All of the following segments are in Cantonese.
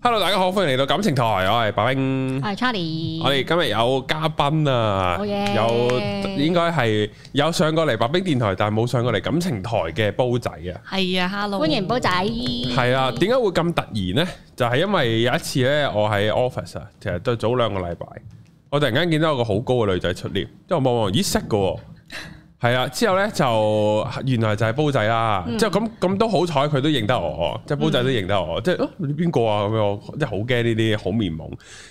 Hello，大家好，歡迎嚟到感情台，我係白嗯冰。係啊 Charlie，我哋今日有嘉賓啊，好嘢有應該係有上過嚟白冰電台，但係冇上過嚟感情台嘅煲仔啊。係啊，hello，歡迎煲仔，係啊，點解會咁突然呢？就係、因為有一次呢，我喺 office 啊，其實都早兩個禮拜，我突然間見到有個好高嘅女仔出 lift，即係我望望，咦識嘅喎。係啊，之後呢，就原來就係煲仔啦，之後咁咁都好彩，佢都認得我，即係煲仔都認得我，即係啊你邊個啊咁樣，我即係好驚呢啲好面懵。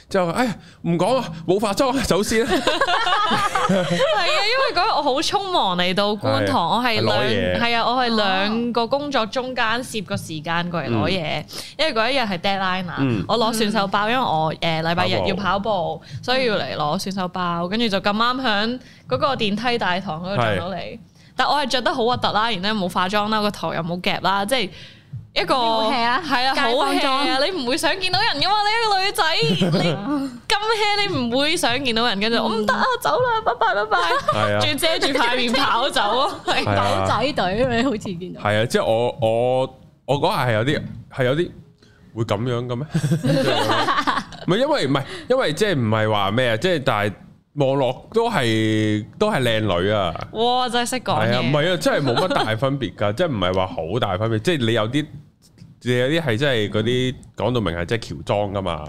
之後哎呀唔講啊，冇化妝啊，走先啦。係啊，因為嗰日我好匆忙嚟到觀塘，我係啊攞嘢兩係啊，我哦係兩個工作中間攝個時間過嚟攞嘢，因為嗰一日係 deadline 啊嗯，我攞選手包，因為我誒禮拜日跑步要跑步，所以要嚟攞選手包，跟住就咁啱響嗰個電梯大堂嗰度撞到你，但我係着得好核突啦，然之後冇化妝啦，個頭又冇夾啦，即係。一個好 hea 啊係啊，街好坊 hea 啊！裝你唔會想見到人噶嘛？你一個女仔，你咁 hea 你唔會想見到人，嗯跟住我唔得啊，走啦，拜拜拜拜，係啊。仲要遮住塊面跑走啊！係係狗啊仔隊你好似見到，係啊，即係我我我嗰下係有啲係有啲會咁樣嘅咩？ 唔係因為唔係因為即係唔係話咩啊？即係但係望落都係都係靚女啊！哇，真係識講係啊，唔嘢，係啊，真係冇乜大分別㗎，即係唔係話好大分別，即係你有啲。你有啲係真係嗰啲講到明係即係喬裝㗎嘛，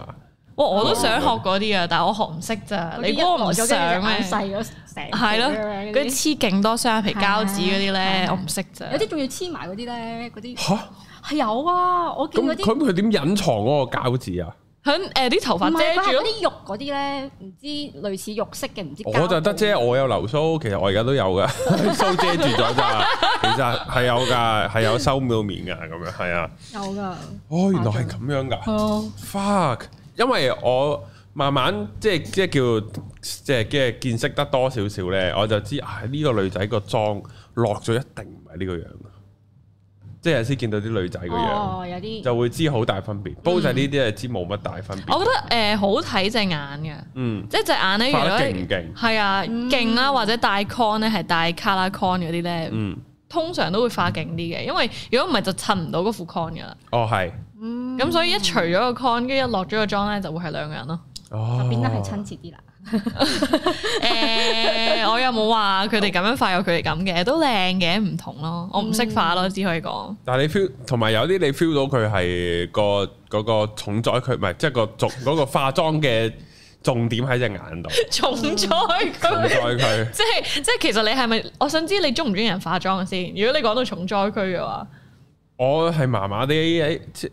哇！我都想學嗰啲啊，但係我學唔識咋，你估我唔想咩？細咗成係咯，嗰嗰啲黐勁多雙皮膠紙嗰啲係咧啊，我唔識咋。有啲仲要黐埋嗰啲咧，嗰啲吓？係有啊，我見咁嗰佢啲佢點隱藏嗰個膠紙啊？響誒啲頭唔髮係遮佢係住嗰咯，啲肉嗰啲咧，唔知類似肉色嘅，唔知我就得啫，啫，我有流蘇，其實我而家都有 㗎， 須遮住咗咋。其實係有 㗎，係有收唔到面㗎，咁樣係啊。有㗎，哦，原來係咁樣㗎係咯， ，fuck！因為我慢慢即係即係叫即係即係見識得多少少咧，我就知啊呢、個女仔個妝落咗一定唔係呢個樣，啊即係有時見到啲女仔個樣。哦，嗯有啲就會知好大分別，煲仔呢啲係知冇乜大分別。我覺得誒好睇隻眼嘅。嗯，即係隻眼咧，如化果得勁唔勁？係啊，嗯勁啦，或者戴 con 咧係戴 color con 嗰啲咧，嗯，通常都會化勁啲嘅，因為如果唔係就襯唔到嗰副 con 噶啦。哦係，嗯，咁所以一除咗個 con，跟住一落咗個妝咧，就會係兩個人咯。哦啊就變得係親切啲啦，誒，我又冇話佢哋咁樣化，有佢哋咁嘅，都靚嘅，唔同咯。我唔識化咯，只可以講。但係你 feel 同埋有啲你 feel 到佢係個嗰個重災區，唔係即係個重嗰個化妝嘅重點喺隻眼度， 重災重 區，災區。即係即係其實你係咪？我想知你中唔中意人化妝先。如果你講到重災區嘅話，我係麻麻地，哎即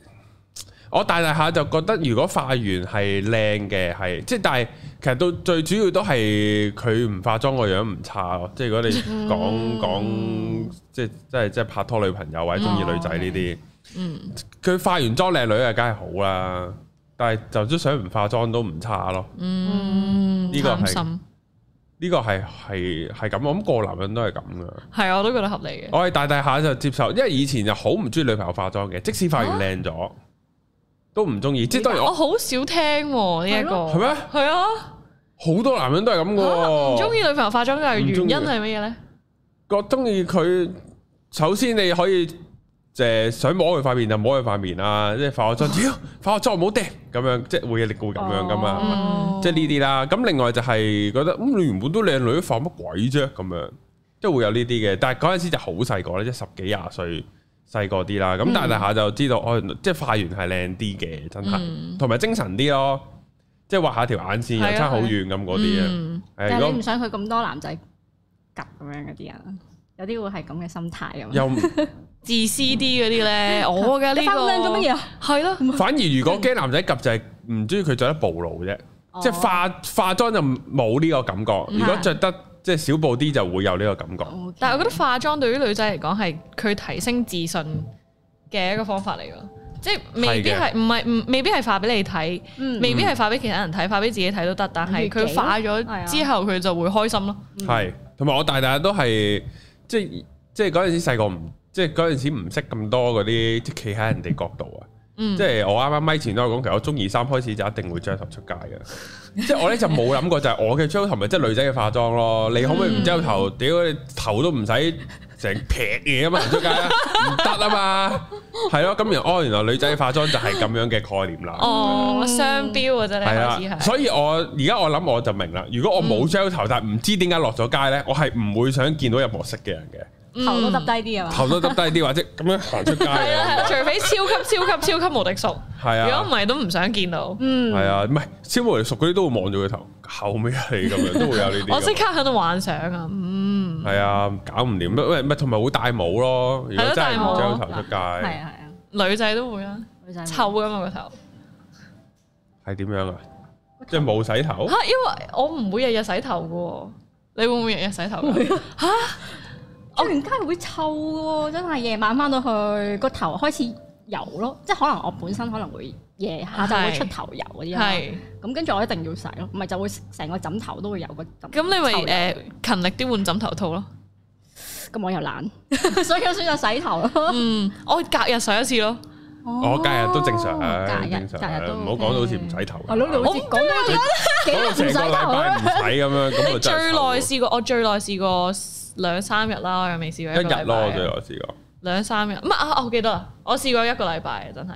我大大下就覺得如果化完係靚嘅，係即係但係其實到最主要都係佢唔化妝個樣唔差咯。即係如果你講講即係即係即係拍拖女朋友或者中意女仔呢啲，嗯，佢化完妝靚女啊，梗係好啦。但係就算想唔化妝都唔差咯。嗯，呢個係貪心呢個係係係咁，我諗個男人都係咁噶。係我都覺得合理嘅。我係大大下就接受，因為以前就好唔中意女朋友化妝嘅，即使化啊完靚咗，都唔中意。即係當然我我啊好少聽喎呢一個，係咩？係啊，好多男人都係咁啊唔中嘅意女朋友化妝嘅唔原中因意啊係乜嘢咧？喎。覺中意佢，首先你可以誒想摸佢塊面就摸佢塊面啊啦，即係化哦個妝，屌化個妝唔好掟咁樣，即係會你會咁樣噶嘛。哦即係呢啲啦。咁另外就係覺得咁你原本都靚女，化乜鬼啫咁樣，即係會有呢啲嘅。但係嗰陣時就好細個咧，即係十幾廿歲細個啲啦。咁但係大下就知道，哦，即係化完係靚啲嘅，嗯真係，同埋、精神啲咯。即係畫下條眼線係啊又差好遠咁嗰啲啊。嗯係但如係你果唔想佢咁多男仔夾咁樣嗰啲人，有啲會係咁嘅心態咁 樣。又唔自私啲嗰 啲咧，我嘅呢你翻個咁靚做乜嘢啊？係咯，反而如果驚男仔及就係唔中意佢着得暴露啫。哦即係化化妝就冇呢個感覺，如果着得即係少布啲就會有呢個感覺。哦，但係我覺得得化妝對於女仔嚟講係佢提升自信嘅一個方法嚟㗎，即係未必係係唔係唔未必係化俾你睇，嗯未必係化俾其他人睇，化俾自己睇都得，但係自己佢化咗係啊之後佢就會開心咯。係，同埋我大大都係即係即係嗰陣時細個唔即係嗰陣時唔識咁多嗰啲即係企喺人哋角度啊。嗯即係我啱啱咪前都有講，其實我中二三開始就一定會將頭出街嘅。 即係我咧就冇諗過就係我嘅將頭咪即係女仔嘅化妝咯。你可唔可以唔將頭？屌你頭都唔使成劈嘢咁行出街啊？唔得啊嘛！係咯，咁然後哦，原來女仔化妝就係咁樣嘅概念啦。哦，嗯商標啊，真係係開始啦，係。所以我而家我諗我就明啦。如果我冇 gel 頭，但係唔知點解落咗街咧，我係唔會想見到任何色嘅人嘅，嗯頭都耷低啲啊嘛，頭都耷低啲或者咁樣行出街係啦係啦，嘅。除非超級超級超級無敵熟，係如果唔啊， 係都唔想見到。嗯，係啊，唔係超無熟嗰啲都會望住佢頭，後尾係咁樣都會有呢啲咁。我即刻喺度幻想啊，嗯，係啊，搞唔掂，喂咪同埋會戴帽咯。如果真係唔係咯戴帽 gel 頭出係街，啊係啊，女仔都會啊，女仔臭噶嘛個頭係點樣啊？即係冇洗頭。嚇，因為我唔會日日洗頭噶喎，你會唔會日日洗頭㗎？出完哦街會臭嘅喎，真係夜晚翻到去個頭開始油咯，即係可能我本身可能會夜下晝會係出頭油嗰啲啦，係，咁跟住我一定要洗咯，唔係就會成個枕頭都會有個咁。咁你咪臭油誒勤力啲換枕頭套咯。咁我又懶， 所以我選擇洗頭咯。嗯，我隔日洗一次咯。哦我哦隔日都正常，隔日正隔日常，都唔嗯好講到好似唔洗頭咁。係咯，你好似講到幾講日到唔成洗個頭禮啊拜啦唔洗咁樣，咁你就最真係耐臭試過，我最耐試過兩三日啦，我又未試過一一個禮拜日咯，我最耐試過。兩三日，唔係啊，我記得啦，我試過一個禮拜啊，真係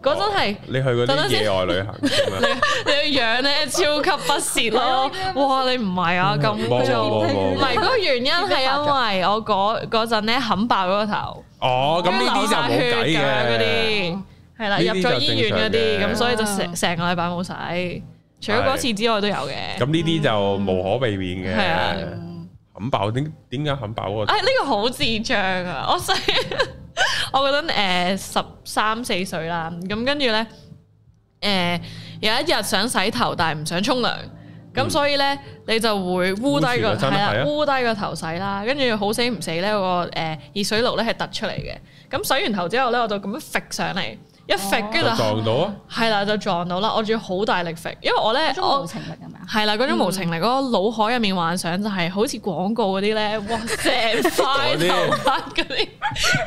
嗰陣係哦你去嗰等啲等先野外旅行咁樣， 你個樣咧超級不屑咯，哇！你唔係啊，咁嗯冇做冇啊冇唔係冇。嗰個原因係因為我嗰嗰陣咧冚爆嗰個頭，哦，咁跟住呢啲流就晒冇 血計㗎啊嗰嘅。啲，係啦，呢入啲咗醫院嗰就正啲，常嘅咁所以就成成個禮拜冇洗，除咗嗰次之外都有嘅。咁呢啲就無可避免係啊嘅。冚爆點點解冚爆嗰個？哎，呢個好智障啊！我細， 我覺得誒十三四歲啦，咁跟住咧誒有一日想洗頭，但係唔想沖涼，咁嗯所以咧你就會烏低個烏住個身係啦係啊，烏低個頭洗啦，跟住好死唔死咧個誒熱水爐咧係突出嚟嘅，咁洗完頭之後咧我就咁樣揈上嚟，一揈跟就住就撞到 啊！係啦就撞到啦，我仲要好大力揈，因為我咧嗰種哦無我。情力係咪啊？係啦，嗰種無情力，嗰、個腦海入面幻想就係好似廣告嗰啲咧，哇，成塊頭髮嗰啲，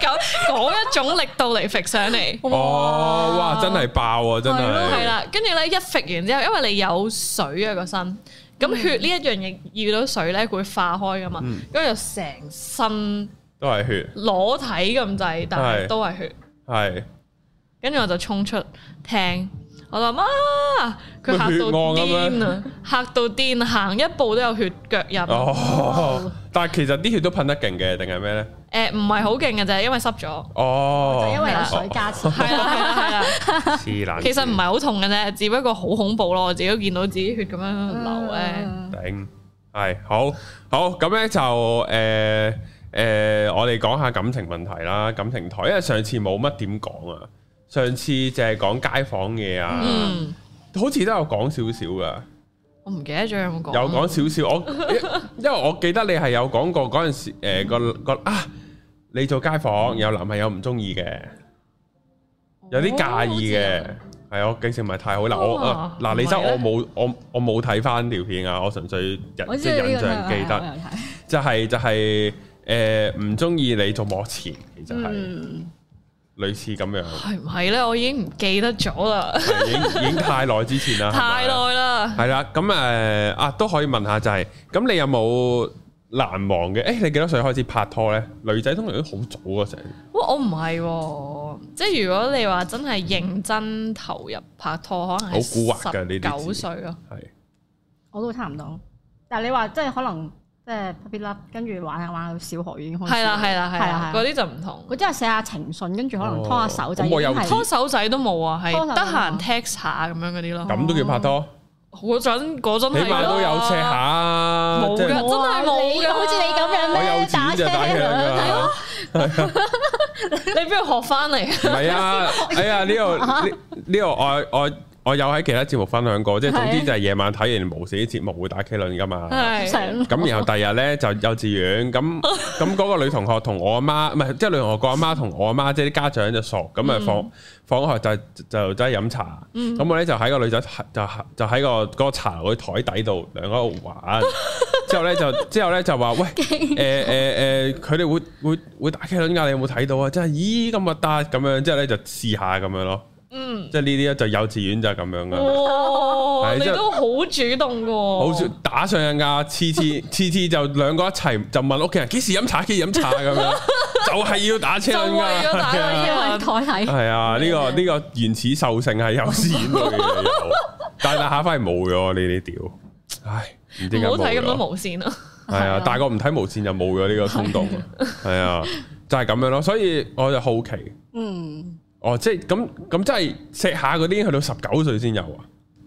咁嗰一種力度嚟揈上嚟，哦，哇，真係爆啊！真係咯係係。啦，跟住咧一揈完之後，因為你有水啊個身，嗯咁血呢一樣嘢遇到水咧，佢會化開噶嘛嗯，跟住就成身都係血，裸體咁滯，但係係都係血，係跟住我就衝出廳。我就媽，佢嚇咪血到案咁癲啊！ 嚇到癲，行一步都有血腳印。 哦。但係其實啲血都噴得勁嘅，定係咩咧？誒唔係好勁嘅啫，因為濕 咗。哦，就因為有水加持，係啦係啦係啦，黐撚線其實唔係好痛嘅啫，只不過好恐怖咯，我自己都見到自己血咁樣流咧。嗯頂係好好咁咧就誒誒、我哋講下感情問題啦，感情台，因為上次冇乜點講啊，上次就係講街坊嘢啊，嗯，好似都有講少少噶，我唔記得咗有冇講。有講少少，我因因為我記得你係有講過嗰陣時誒、嗯個個啊，你做街坊有男朋友唔中意嘅，有啲哦介意嘅。係我記性唔係太好嗱，我啊哦嗱，李唔係生咧我冇我我冇睇翻條片啊，我純粹印我即知係你印呢個真象係記得我。有睇就係、就係誒唔中意你做幕前，其實係、嗯，類似咁樣，係唔係咧？我已經唔記得咗啦， 係已經已經太耐之前啦，係咪啊太耐啦。係啦。咁誒、呃啊都可以問下就係、咁你有冇難忘嘅？誒、你幾多歲開始拍拖咧？女仔通常都好早啊，成哇！我唔係喎，即係如果你話真係認真投入拍拖，可能好蠱惑㗎係呢啲字九歲咯。係我都差唔多。但係你話即係可能即係 puppy love，跟住玩下玩到小學已經開始。係啦係啦係係啦啦，係啊嗰啦啲就唔同。佢真係寫下情信，跟住可能拖下手仔哦咁已經我又拖係。手仔都冇啊，係拖手得都冇閒 text 下咁樣嗰啲咯。咁都叫拍拖？嗰陣嗰陣起哦係碼都有赤下啊，冇即係㗎真係冇㗎你好似你咁樣我有咩？錢就打佢啦，你不如學翻嚟？唔係啊！哎呀，呢 度啊呢呢度我我我有喺其他節目分享過，即係總之就係夜晚睇完無線啲節目會打 K 輪噶嘛。係想咁然後第日咧就幼稚園，咁咁嗰個女同學同我阿媽，唔係即係女同學個阿媽同我阿媽，即係啲家長就熟，咁啊放放學就就走去飲茶，咁我咧就喺個女仔就就喺個嗰個茶樓嘅台底度兩個喺度玩，之後咧就之後咧就話喂誒誒誒，佢哋會會會打茄輪㗎，你有冇睇到啊？真係咦咁核突咁樣，之後咧就試下咁樣咯，嗯，即係呢啲咧就幼稚園就係咁樣噶。哇，係你即係都好主動噶，好少打 上癮噶，次次次次就兩個一齊就問屋企人幾時飲茶，幾時飲茶咁樣，就係要打車就輪為㗎咗係打個啊車揾台睇，係 啊，呢個呢個原始獸性係有線嘅，有但係下翻係冇咗呢啲屌，唉，唔知點唔解好冇咗睇咁啊多無線咯。系啊係啊，大個唔睇無線就冇咗呢個衝動，係啊，就係咁樣咯。所以我就好奇，嗯，哦，即係咁咁，即係石下嗰啲去到十九歲先有啊，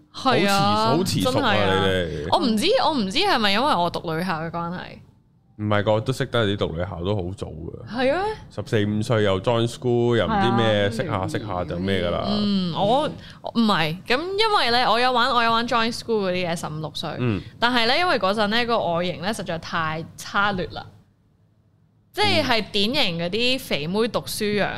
好係遲啊，好遲熟真啊，係你哋我唔知，我唔知係咪因為我讀女校嘅關係，唔係個個都識得你啲讀女校都好早噶，係啊。十四五歲又 join school 又唔知係咩啊識下識下就咩噶啦，嗯，我我唔係咁，因為咧，我有玩我有玩 join school 嗰啲嘢，十五六歲。嗯，但係咧，因為嗰陣咧個外形咧實在太差劣啦，即係係典型嗰啲肥妹讀書樣，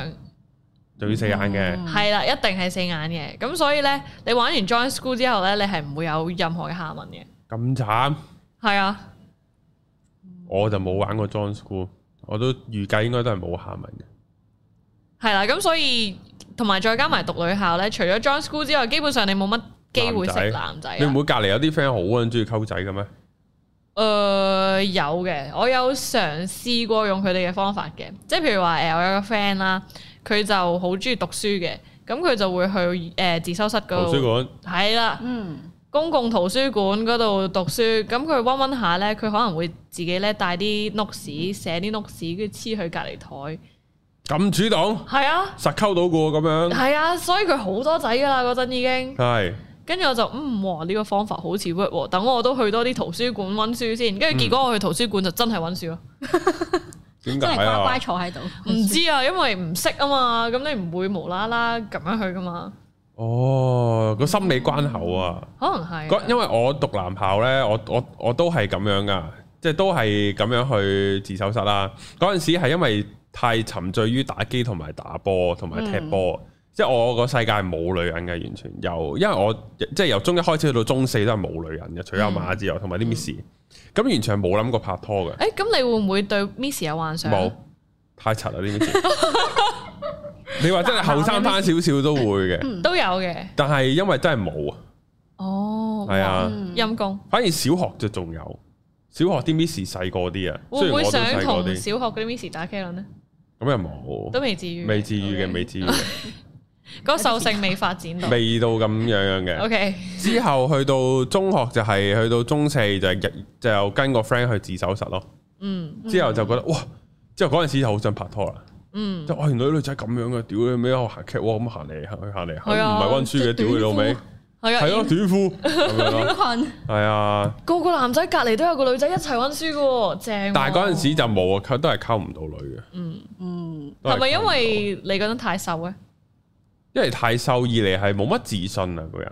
就要四眼嗯嘅，係啦、一定係四眼嘅。咁所以咧，你玩完 join school 之後咧，你係唔會有任何嘅下文嘅。咁慘，係啊，我就冇玩過 join school，我都預計應該都係冇下文嘅。係啦。咁所以同埋再加埋讀女校咧，除咗 join school 之外，基本上你冇乜機會識男啊仔啦。啊你唔會隔離有啲 friend 好撚中意溝仔嘅咩？誒、呃有嘅，我有嘗試過用佢哋嘅方法嘅，即係譬如話誒、呃我有個 friend 啦，佢就好中意讀書嘅，咁佢就會去誒、自修室圖嗰書度，館係啦，嗯，公共圖書館嗰度讀書，咁佢温温下咧，佢可能會自己咧帶啲 notes 寫啲 notes，跟住黐去隔離台，咁主動。係啊，實溝到過咁 樣，係啊，所以佢好多仔㗎啦嗰陣已經。係跟住我就嗯哇呢、個方法好似 work 喎，等我都去多啲圖書館温書先。跟住結果我去圖書館就真係温書咯。點真係解乖乖啊？坐喺度，唔知啊，因為唔識啊嘛，咁你唔會無啦啦咁樣去噶嘛，哦，個心理關口啊，可能係嗰因為我讀男校呢，我我我都係咁樣噶，即係都係咁樣去自修室啦。嗰陣時係因為太沉醉於打機同埋打波同埋踢波，即係我個世界冇女人嘅完全由，因為我即係由中一開始去到中四都係冇女人嘅，除咗阿馬之外，同埋啲 miss，咁完全係冇諗過拍拖嘅。誒咁你會唔會對 Miss 有幻想？冇，太柒啦呢 啲字。你話真係嗯後生翻少少都會嘅，都有嘅。但係因為真係冇啊，哦，係啊，嗯陰公反而小學就仲有，小學啲 miss 細個啲啊，雖會然唔我會都想細同個啲，小學嗰啲 Miss 打 K 輪呢？咁又都冇，未至於，未至於嘅，未 OK 至於嘅，嗰個獸性未發展到。未到咁樣 樣嘅。 OK，之後去到中學就係去到中四就係日就跟個 friend 去自修室咯，嗯之後就覺得哇，之後嗰陣時就好想拍拖啦。嗯，即係哇，原來啲女仔咁樣嘅，屌你咩？我行 c a 咁行嚟行去行嚟行去，係唔啊係温書嘅，即屌係你老味，係係咯啊，短褲咁樣 咯，困，係啊。個個男仔隔離都有個女仔一齊温書嘅喎，正喎。但係嗰陣時就冇啊，溝都係溝唔到女嘅。嗯，都溝係咪唔到因為你嗰陣太瘦咧？因為太瘦，二嚟係冇乜自信啊個人。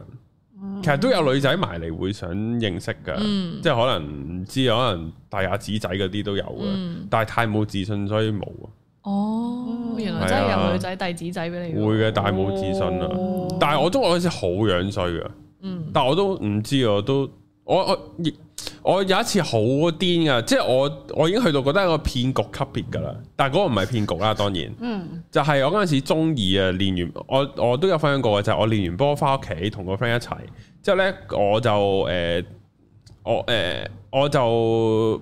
其實都有女仔埋嚟會想認識㗎，哦嗯即係可能唔知，可能大牙子仔嗰啲都有嘅，嗯但係太冇自信所以冇啊。哦，原來真係係啊有女仔遞紙仔俾你㗎。會嘅，但係冇自信啊。哦但係我中學嗰陣時好樣衰嘅。嗯但我都唔知啊，我都我我亦我有一次好癲噶，即係我我已經去到覺得係一個騙局級別噶啦，但係嗰個唔係騙局啦，當然嗯，就係、我嗰陣時中二啊，練完我我都有分享過嘅，就係、我練完波翻屋企同個 friend 一齊，之後呢，我就誒、呃我誒、呃我就。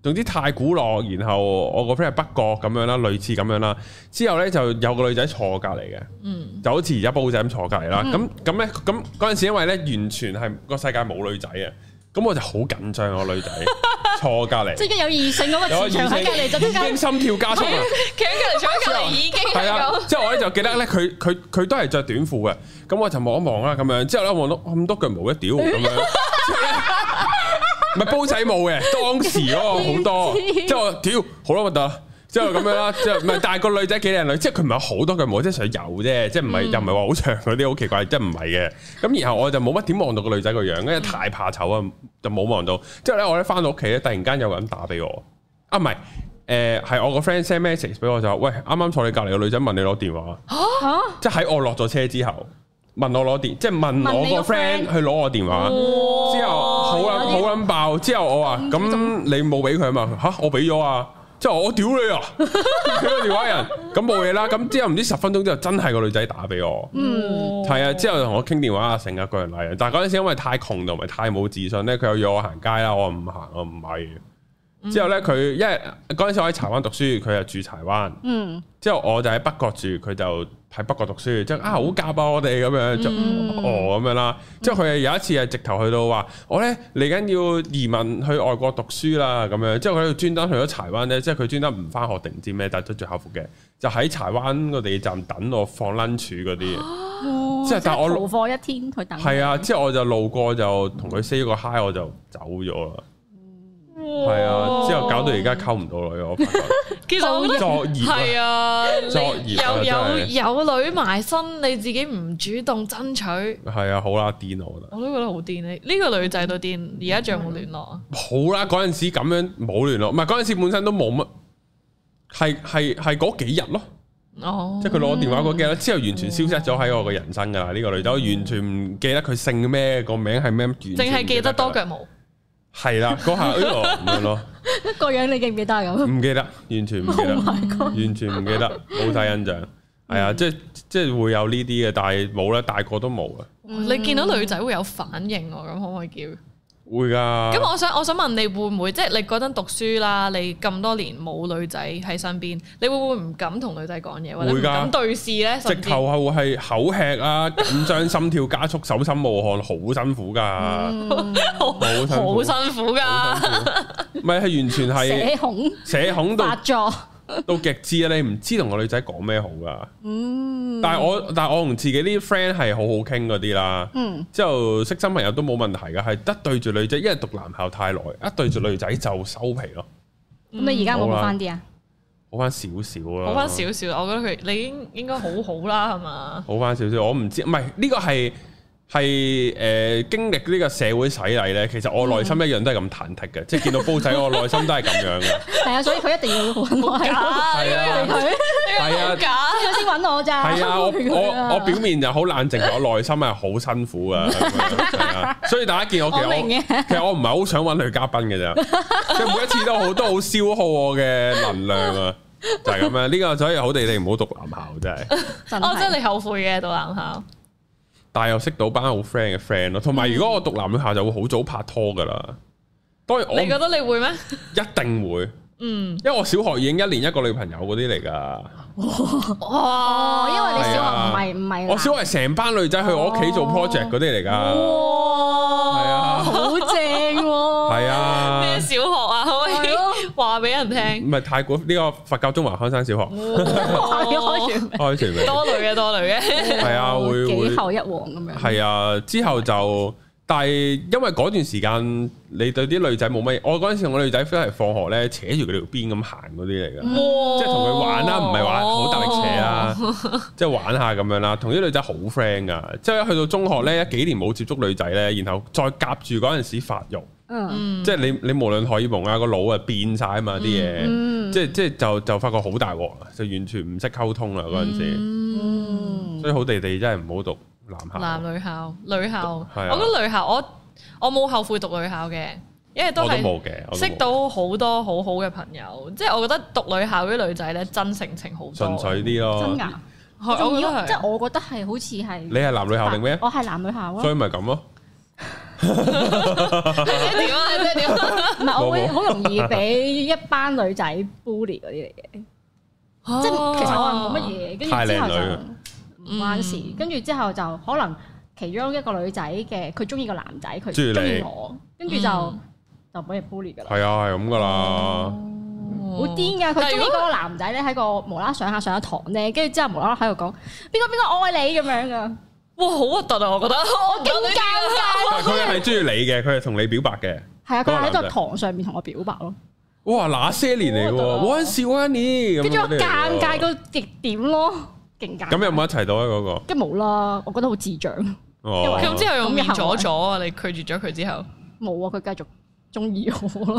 總之太古樂，然後我個 friend 係北角咁樣啦，類似咁樣啦。之後呢，就有個女仔坐我隔離嘅，嗯。就好似而家煲仔咁坐隔離嗯啦。咁咁咧，咁嗰陣時因為咧完全係個世界冇女仔啊，咁我就好緊張個女仔坐隔離 即，係一有異性嗰個磁場喺隔離就即啊已刻，經心跳加速啊！企喺隔離，坐喺隔離已經係係啊咁。，之後我咧就記得咧，佢佢佢都係着短褲嘅，咁我就望一望啦，咁樣之後咧望到咁多腳毛一屌咁樣，之後咧唔係煲仔冇嘅，當時嗰個好多，之後我屌好啦核突啦。之後咁樣啦，之後唔係，但係個女仔幾靚女，即係佢唔係好多腳毛，即係想有啫，即係唔嗯係又唔係話好長嗰啲，好奇怪，即係唔係嘅。咁然後我就冇乜點望到個女仔個樣，因為太怕醜啊，就冇望到。之後咧，我咧翻到屋企咧，突然間有個人打俾我，啊唔係，誒、係我個 friend send message 俾我就話，喂，啱啱坐你隔離個女仔問你攞電話，嚇，即係喺我落咗車之後問我攞電，即係問問你個我個 friend friend 去攞我電話。啊之後好撚好啊撚爆，之後我話咁你冇俾佢啊嘛？吓我俾咗啊！之後我屌你啊！俾個電話人咁冇嘢啦。咁之後唔知十分鐘之後真係個女仔打俾我，嗯係啊。之後同我傾電話啊，成日個人啊嚟。但係嗰陣時因為太窮同埋太冇自信咧，佢又約我行街啦，我話唔行，我唔係。之後咧，佢因為嗰陣時我喺柴灣讀書，佢又住柴灣。嗯，之後我就喺北角住，佢就喺北角讀書，即係啊好夾啊我哋咁嗯樣，就哦咁樣啦。之後佢有一次係直頭去到話，我咧嚟緊要移民去外國讀書啦咁樣。之後佢喺度專登去咗柴灣咧，即係佢專登唔翻學定唔知咩，但係都着校服嘅，就喺柴灣個地鐵站等我放 lunch 嗰啲。啊即係但係我逃課一天去等，係啊，，之後我就路過就同佢 say 個 hi，我就走咗啦。係啊，之後搞到而家溝唔到女，我發覺其實我覺得作業啊係啊，你作業啊有有真係有女埋身，你自己唔主動爭取，係啊，好啦，癲我覺得。我都覺得好癲呢呢個女仔都癲，而家仲有冇聯絡啊？好啦，嗰陣時咁樣冇聯絡，唔係嗰陣時本身都冇乜，係係係嗰幾日咯，哦，嗯即係佢攞電話嗰幾日咯，之後完全消失咗喺我嘅人生㗎啦。呢、個女仔我完全唔記得佢姓咩，個名係咩，完全唔淨係記得多㗎啦腳毛。係啦，嗰下哎呦咁樣咯，個樣你記唔記得啊咁？唔記得，完全唔記 Oh 得，完全唔記得，冇晒印象。係啊，即係即係會有呢啲嘅，但係冇啦，大個都冇啊啦，你見到女仔會有反應喎，咁可唔可以叫？會㗎。咁我想我想問你會唔會即係你嗰陣讀書啦，你咁多年冇女仔喺身邊，你會唔會唔敢同女仔講嘢，或者會㗎唔敢對視咧？直甚至頭係會係口吃 啊，緊張、心跳加速、手心冒汗，好辛苦㗎。好好辛苦嗯好辛苦啊㗎。唔係係完全係社恐社恐發到作，到極致啊！你唔知同個女仔講咩好噶。嗯但係我但係我同自己啲 friend 係好好傾嗰啲啦。嗯，之後識新朋友都冇問題噶，係得對住女仔，因為讀男校太耐，一對住女仔就收皮咯，咁你而家有冇好啦好翻啲啊？好翻少少咯，好翻少啊少，我覺得佢你已經應該好好啦，係嘛？好翻少少，我唔知，唔係呢個係係誒經歷呢個社會洗禮咧。其實我內心一樣都係咁忐忑嘅，即係見到煲仔，我內心都係咁樣嘅。係啊，所以佢一定要揾我係咯，假 係啊， 佢係啊，假，佢先揾我咋，係 啊，我陪佢啊我我表面就好冷靜，我內心係好辛苦 噶，係啊所以大家見我其實我明我嘅其實我唔係好想揾女嘉賓嘅 咋，即係每一次都好都好消耗我嘅能量啊，就係咁樣。呢個所以好地地唔好讀男校真係，真哦，即係係你後悔嘅到男校，但係又識到班好 friend 嘅 friend 咯。同埋如果我讀男校就會好早拍拖噶啦，當然我你覺得你會咩？一定會，嗯，因為我小學已經一年一個女朋友嗰啲嚟㗎。啊哦，哇因為你小係啊學唔係唔係我小學係成班女仔去我屋企哦做 project 嗰啲嚟㗎，係啊。好正喎， 係啊，咩小學啊？可唔可係咯以話俾人聽？唔係太古呢個佛教中華康山小學哦哇你開全名開全名，多女嘅 多女嘅，係 啊，會會幾後一黃咁樣，係啊，之後就但係因為嗰段時間你對啲女仔冇乜，我嗰陣時我女仔 friend 係放學咧扯住佢條邊咁行嗰啲嚟㗎，即即係同佢玩啦，唔係話好大力扯啦， 即係玩下咁樣啦，同啲女仔好 friend 㗎，之後一去到中學咧，幾年冇接觸女仔咧，然後再夾住嗰陣時發育。嗯嗯。即係你你無論荷爾蒙啊個腦啊變晒啊嘛啲嘢，嗯即係即係就就發覺好大鑊啦，就完全唔識溝通啦嗰陣時，嗯所以好地地真係唔好讀男校。男女校、女校，係啊我覺得女校我我冇後悔讀女校嘅，因為都我都係冇嘅，我都冇識到好多好好嘅朋友，即係我覺得讀女校嗰啲女仔咧真性情好多，純粹啲咯。真㗎，係，我覺得係即係我覺得係好似係你係男女校定咩？我係男女校啊所，以咪咁咯。即係點啊？ 即係點啊？唔係我會冇冇好容易俾一班女仔 bully 嗰啲嚟嘅，即係其實我係冇乜啊嘢，跟太住之靚後女啦就唔關事嗯，跟住之後就可能其中一個女仔嘅佢中意個男仔，佢中意你中意我，跟住就嗯就俾人 bully 㗎啦。係啊，係咁噶哦啦。好癲㗎！但佢係中意如果嗰個男仔咧，喺個無啦啦上下上下堂咧，跟住之後無啦啦喺度講邊個邊個愛你咁樣㗎，哇，好核突 啊！我覺得我 我勁尷尬。但係佢係中意你嘅，佢係同你表白嘅。係嗰啊，個佢喺男仔個堂上面同我表白咯，哇！那些年嚟嘅喎，好嗰陣時嗰一年啊跟咁住嗰我啲嚟喎尷尬到極點咯，勁尷尬。咁有冇一齊到啊？嗰個跟住冇啦，我覺得好智障。哦，咁之後用面咁嘅行阻為咗啊！你拒絕咗佢之後，冇啊，佢繼續中意我咯。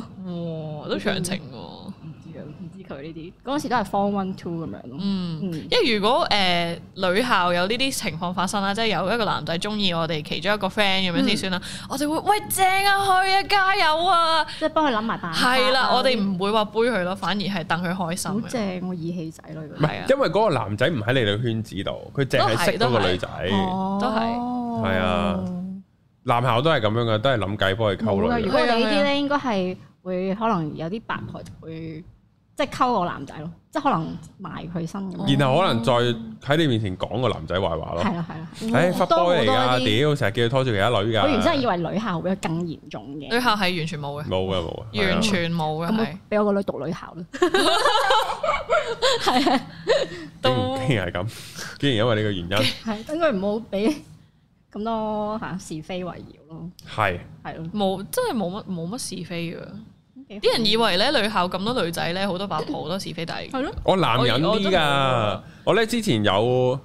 哇，都長情喎。唔知啊，唔知佢呢啲嗰陣時都係 form one two 咁樣咯。嗯，嗯因為如果誒、呃女校有呢啲情況發生啦，即係有一個男仔中意我哋其中一個 friend 咁樣先算啦，我哋會喂正啊，去啊，加油啊！即係幫佢諗埋辦法。係啦，我哋唔會話背佢咯，反而係等佢開心好嘅。正，我義氣仔咯。如唔果係啊係因為嗰個男仔唔喺你哋圈子度，佢淨係識到個女仔。哦都係係啊男校都係咁樣嘅，都係諗計幫佢溝冇啊！女如嘅。果我哋呢啲咧，應該係會可能有啲八婆就會即係溝個男仔咯，即係可能埋佢身咁樣。然後可能再喺你面前講個男仔壞話係咯。啦係啦，唉，忽多好 boy 嚟多㗎，呢啲屌，成日叫佢拖住其他女㗎。我原先係以為女校會有更嚴重嘅，女校係完全冇嘅，冇嘅冇嘅，完全冇嘅咁係我俾我個女讀女校啦。係啊，都都竟然係咁， 竟然因為呢個原 因係等佢唔好俾咁多嚇是非圍繞咯，係係咯。冇，真係冇乜冇乜是非嘅。啲啲人以為咧女校咁多女仔咧，好多八婆，好多是非，但係係咯，我男人我我啲都冇㗎啊。我咧之前有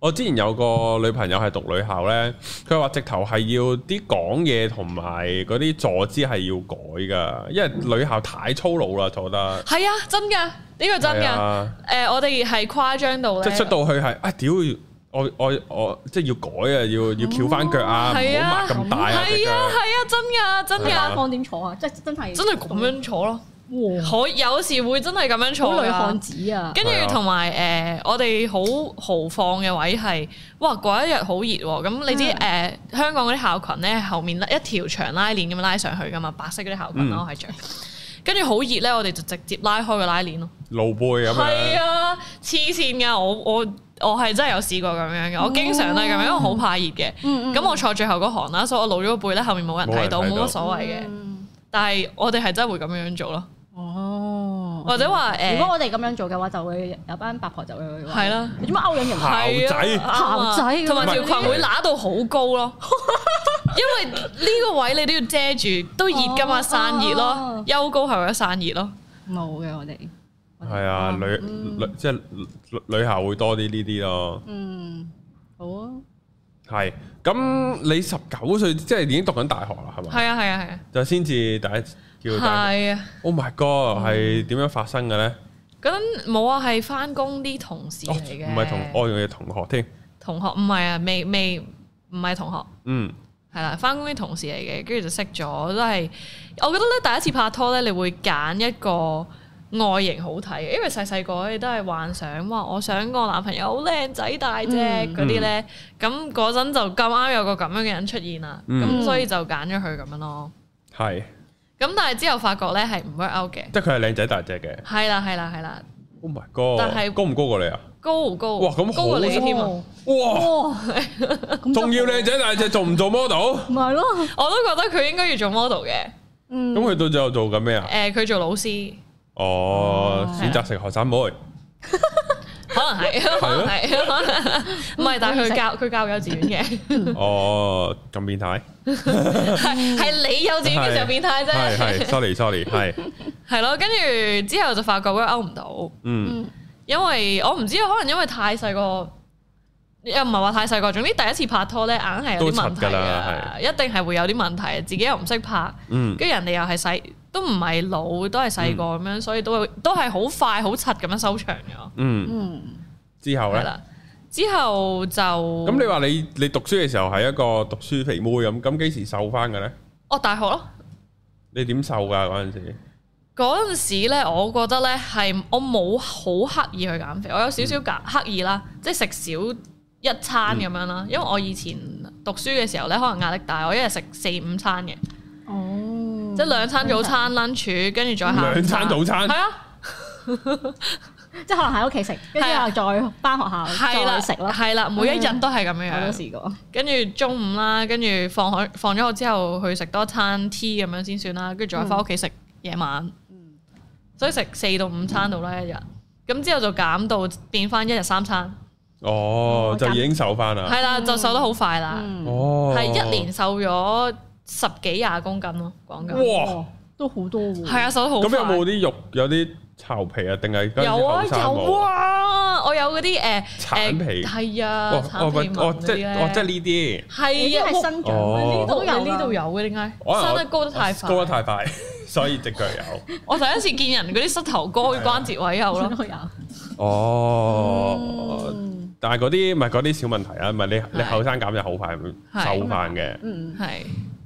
我之前有個女朋友係讀女校咧，佢話直頭係要啲講嘢同埋嗰啲坐姿係要改㗎，因為女校太粗魯啦，坐得係啊，真㗎，呢個真係㗎。啊。誒，我哋係誇張到即係咧出，到去係啊屌！我我我即係要改啊，要要翹翻腳啊，唔好係啊擘咁大啊隻係腳啊，係啊，真㗎，真係㗎啊。方點坐啊？即係真係真係咁樣坐咯，哇，可有時會真係咁樣嗯好坐女漢㗎。子啊！跟係啊住同埋誒，呃我哋好豪放嘅位係，哇！嗰一日好熱喎，咁你知誒、呃嗯香港嗰啲校裙咧，後面一條長拉鏈咁樣拉上去噶嘛，白色嗰啲校裙啦，嗯我係着。跟住好熱咧，我哋就直接拉開個拉鏈咯。露背咁係樣，啊，黐線㗎！我我我係真係有試過咁樣嘅，我經常都係咁樣，因為我好怕熱嘅。哦嗯咁我坐最後嗰行啦，所以我露咗個背咧，後面冇人睇到，冇人睇冇到乜所謂嘅。嗯但係我哋係真係會咁樣做咯，哦，或者話呃誒如果我哋咁樣做嘅話，就會有班八婆就會話係啦。你做乜勾引人啊？係啊姣仔啱啊姣仔咁同埋樣條裙會揦到好高咯。 因為呢個位你都要遮住，都熱噶嘛，哦散熱咯哦，休高係為咗散熱咯。冇嘅，我哋我哋嗯係啊，啱女嗯女即係女女校會多啲呢啲咯。嗯好啊，係咁，你十九歲即係已經讀緊大學啦，係咪？係啊係啊就先至第一係叫啊，大係啊。 ，Oh my God，係點樣發生嘅咧？嗰陣冇啊，係翻工啲同事哦，嚟嘅，唔係同我嘅同學添，同學，唔係啊，未未唔係同學，嗯，係啦，翻工啲同事嚟嘅，跟住就識咗，都係我覺得咧，第一次拍拖咧，你會揀一個外形好睇嘅，因為細細個你都係幻想話，我想個男朋友好靚仔大隻嗯嗰啲咧，咁嗰陣就咁啱有個咁樣嘅人出現啦，咁、嗯所以就揀咗佢咁樣咯。係，咁但係之後發覺咧係唔 work out 嘅，即係佢係靚仔大隻嘅係啦係啦係啦， ，Oh my 但係 God，高唔高過你啊？高唔高？哇咁好高過你添啊！哦哇！哇，咁仲要就好靚仔大隻，做唔做 model？咪係咯，我都覺得佢應該要做 model 嘅，嗯咁佢到最後做緊咩啊誒、？佢做老師，哦，選擇食學生妹，可能係，可能係，可能唔係，但係佢教佢教幼稚園嘅，哦，咁變態，係係你幼稚園嘅時候變態係啫，係，sorry sorry，係，係咯，跟住之後就發覺 work out 唔到，嗯，嗯因為我唔知可能因為太細個，又唔係話太細個，總之第一次拍拖咧，硬係有啲問題都柒㗎啦㗎，一定係會有啲問題，自己又唔識拍，嗯，跟住人哋又係細，都唔係老，都係細個咁樣，所以都會都係好快好柒咁樣收場嘅，嗯，嗯之後係咧，啦，之後就啊咁咁你話你你讀書嘅時候係一個讀書肥妹咁，咁幾時瘦翻嘅咧？我哦大學咯。你點瘦㗎嗰陣時？嗰陣時咧，我覺得咧係我冇好刻意去減肥，我有少嗯少減刻意啦，即係食少一餐咁樣啦。嗯因為我以前讀書嘅時候咧，可能壓力大，我一日食四五餐嘅，嗯哦，即係兩餐早餐、lunch，跟住再下午兩餐早餐係啊，即係可能喺屋企食，跟住係啊又再翻學校係啦，再食咯，嗯係啦，每一日都係咁啊我都樣。試過。跟住中午啦，跟住放學放咗學之後去食多餐 tea 咁樣先算啦，跟住再翻屋企食夜晚，嗯所以食四到五餐到啦一日。咁之後就減到變翻一日三餐。哦，就已經瘦翻啦，係啦，嗯就瘦得好快啦，嗯，哦，係一年，瘦咗十幾廿公斤咯，講緊哇！都好多喎。係啊，瘦得好咁有快。冇啲肉有啲巢皮啊？定係嗰陣時有啊後生有冇啊，我有嗰啲誒橙皮誒係哦啊，我橙皮紋我嗰即啲係我即係咧，呢啲，呢係啲啊，係哇新長，哦呢度我有呢度有嘅，點解可能我生得高得太快？高得太快， 所以只腳有。我第一次見人嗰啲膝頭哥係啊關節位有有，呢咯，度有。嗯哦，嗯但係嗰啲唔係嗰啲小問題啊，唔係你你係後生減就好快係瘦翻嘅。嗯，係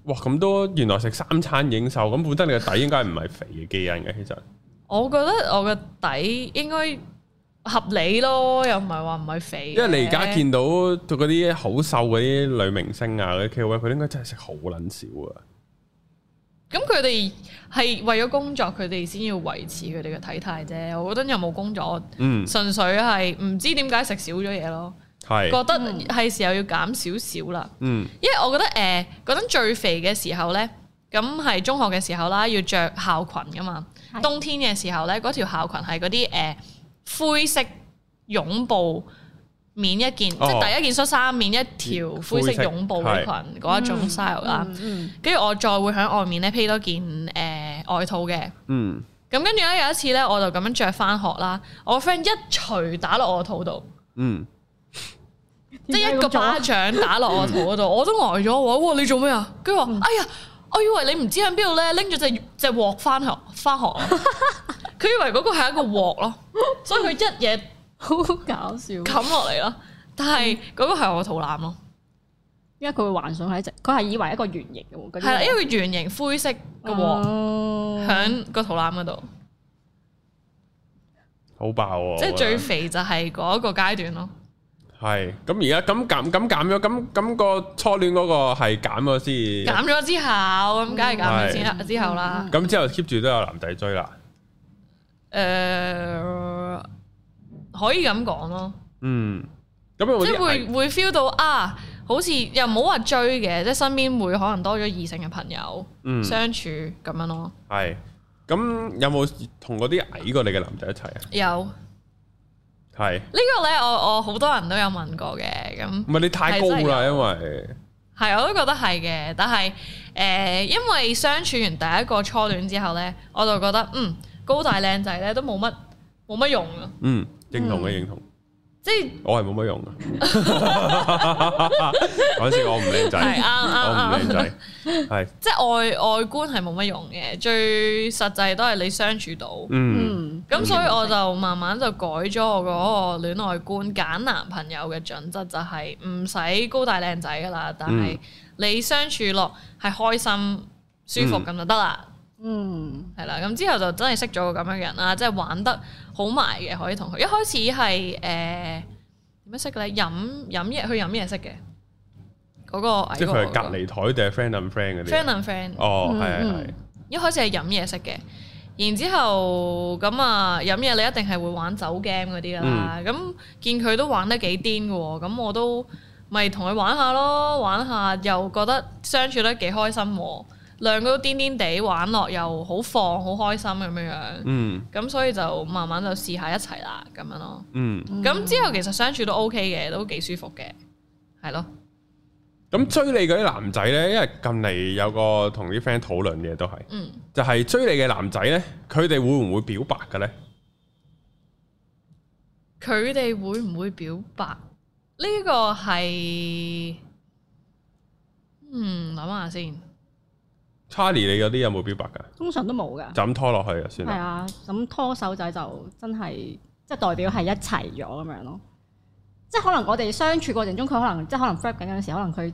哇，咁都原來食三餐已經瘦，咁本身你個底應該唔係肥嘅基因嘅，其實我覺得我個底應該合理咯，又唔係話唔係肥嘅，因為你而家見到嗰啲好瘦嗰啲女明星啊，嗰啲 KOL，佢應該真係食好撚少啊。咁佢哋係為咗工作，佢哋先要維持佢哋嘅體態啫。我覺得有冇工作，嗯，純粹係唔知點解食少咗嘢咯，係，覺得係時候要減少少啦。嗯，因為我覺得誒嗰陣最肥嘅時候咧，咁係中學嘅時候啦，要着校裙噶嘛。係冬天嘅時候咧，嗰條校裙係嗰啲誒灰色絨布面一件，哦即係第一件恤衫面一條灰色絨布嘅裙嗰一種 style 啦。嗯跟住我再會喺外面咧披多件誒、外套嘅。嗯，咁跟住咧有一次咧，我就咁樣着翻學啦。我 friend 一捶打落我肚度。嗯，即係一個啊巴掌打落我肚嗰度，我都呆咗。我話：哇，你做咩啊？跟住話：嗯哎呀，我以為你唔知喺邊度咧，拎咗只只鑊翻學翻學 啊。佢以為嗰個係一個鑊咯，所以佢一嘢 好搞笑，因冚落嚟咯。但嗯係嗰個係我肚腩咯，為佢會幻想係一隻，佢係以為一個圓形嘅喎，嗰啲係啦，因為圓形灰色嘅鑊哦響個肚腩嗰度，好爆喎！即係最係肥就係嗰一個階段咯。咁而家咁減咁減咗，咁咁個初戀嗰個係減咗先，減咗之後，咁梗係減咗之後係之後啦。咁之後 keep 住都有男仔追啦。誒，可以咁講咯。嗯，咁有冇即係啲會會 feel 到啊，好似又唔好話追嘅，即係身邊會可能多咗異性嘅朋友、嗯相處咁樣咯。係咁有冇同嗰啲矮過你嘅男仔一齊啊？有呢、係個呢，我我好多人都有問過嘅，咁唔係你太高係真啦？係因為係我都覺得係嘅。但係誒、呃因為相處完第一個初戀之後呢，我就覺得嗯高大靚仔呢都冇乜冇乜用啊，嗯認同嘅認同，即係我係冇乜 用嘅。嗰陣時我唔靚係啱仔，我唔靚啱啱，仔，係即係外外觀係冇乜用嘅，最實際都係你相處到。嗯嗯咁所以我就慢慢就改咗我嗰個戀愛觀，揀男朋友嘅準則就係唔使高大靚仔噶嗯啦，但係你相處落係開心舒服咁就得啦，嗯係啦、咁之後就真係識咗個咁樣嘅人啦，即係玩得好埋嘅，可以同佢。一開始係誒呃點樣識嘅咧？飲飲嘢去飲嘢識嘅，嗰、個矮即係過佢我係隔離台定係 friend and friend 嗰啲 friend 啊？ and friend。哦，係係嗯係，一開始係飲嘢食嘅，然之後咁啊飲嘢你一定係會玩酒 game 嗰啲啦。咁、見佢都玩得幾癲嘅喎，咁我都咪同佢玩下咯，玩下又覺得相處得幾開心喎。兩個都癲癲地玩落又好放好開心咁樣樣，嗯咁所以就慢慢就試下一齊啦咁樣咯。嗯。咁、之後其實相處都 OK 嘅，都幾舒服嘅，係咯。咁追你嗰啲男仔呢，因為近嚟有個同啲 friend 討論嘅都係，嗯，就係、追你嘅男仔呢，佢哋會唔會表白嘅呢？佢哋會唔會表白？呢個係，嗯，諗下先。 Charlie 你嗰啲有冇表白㗎？通常都冇噶，就咁拖落去就算係啦。啊，咁拖手仔就真係即係代表係一齊咗咁樣咯。即係可能我哋相處過程中，佢可能即係可能 f r i e n d 緊嗰陣時，可能佢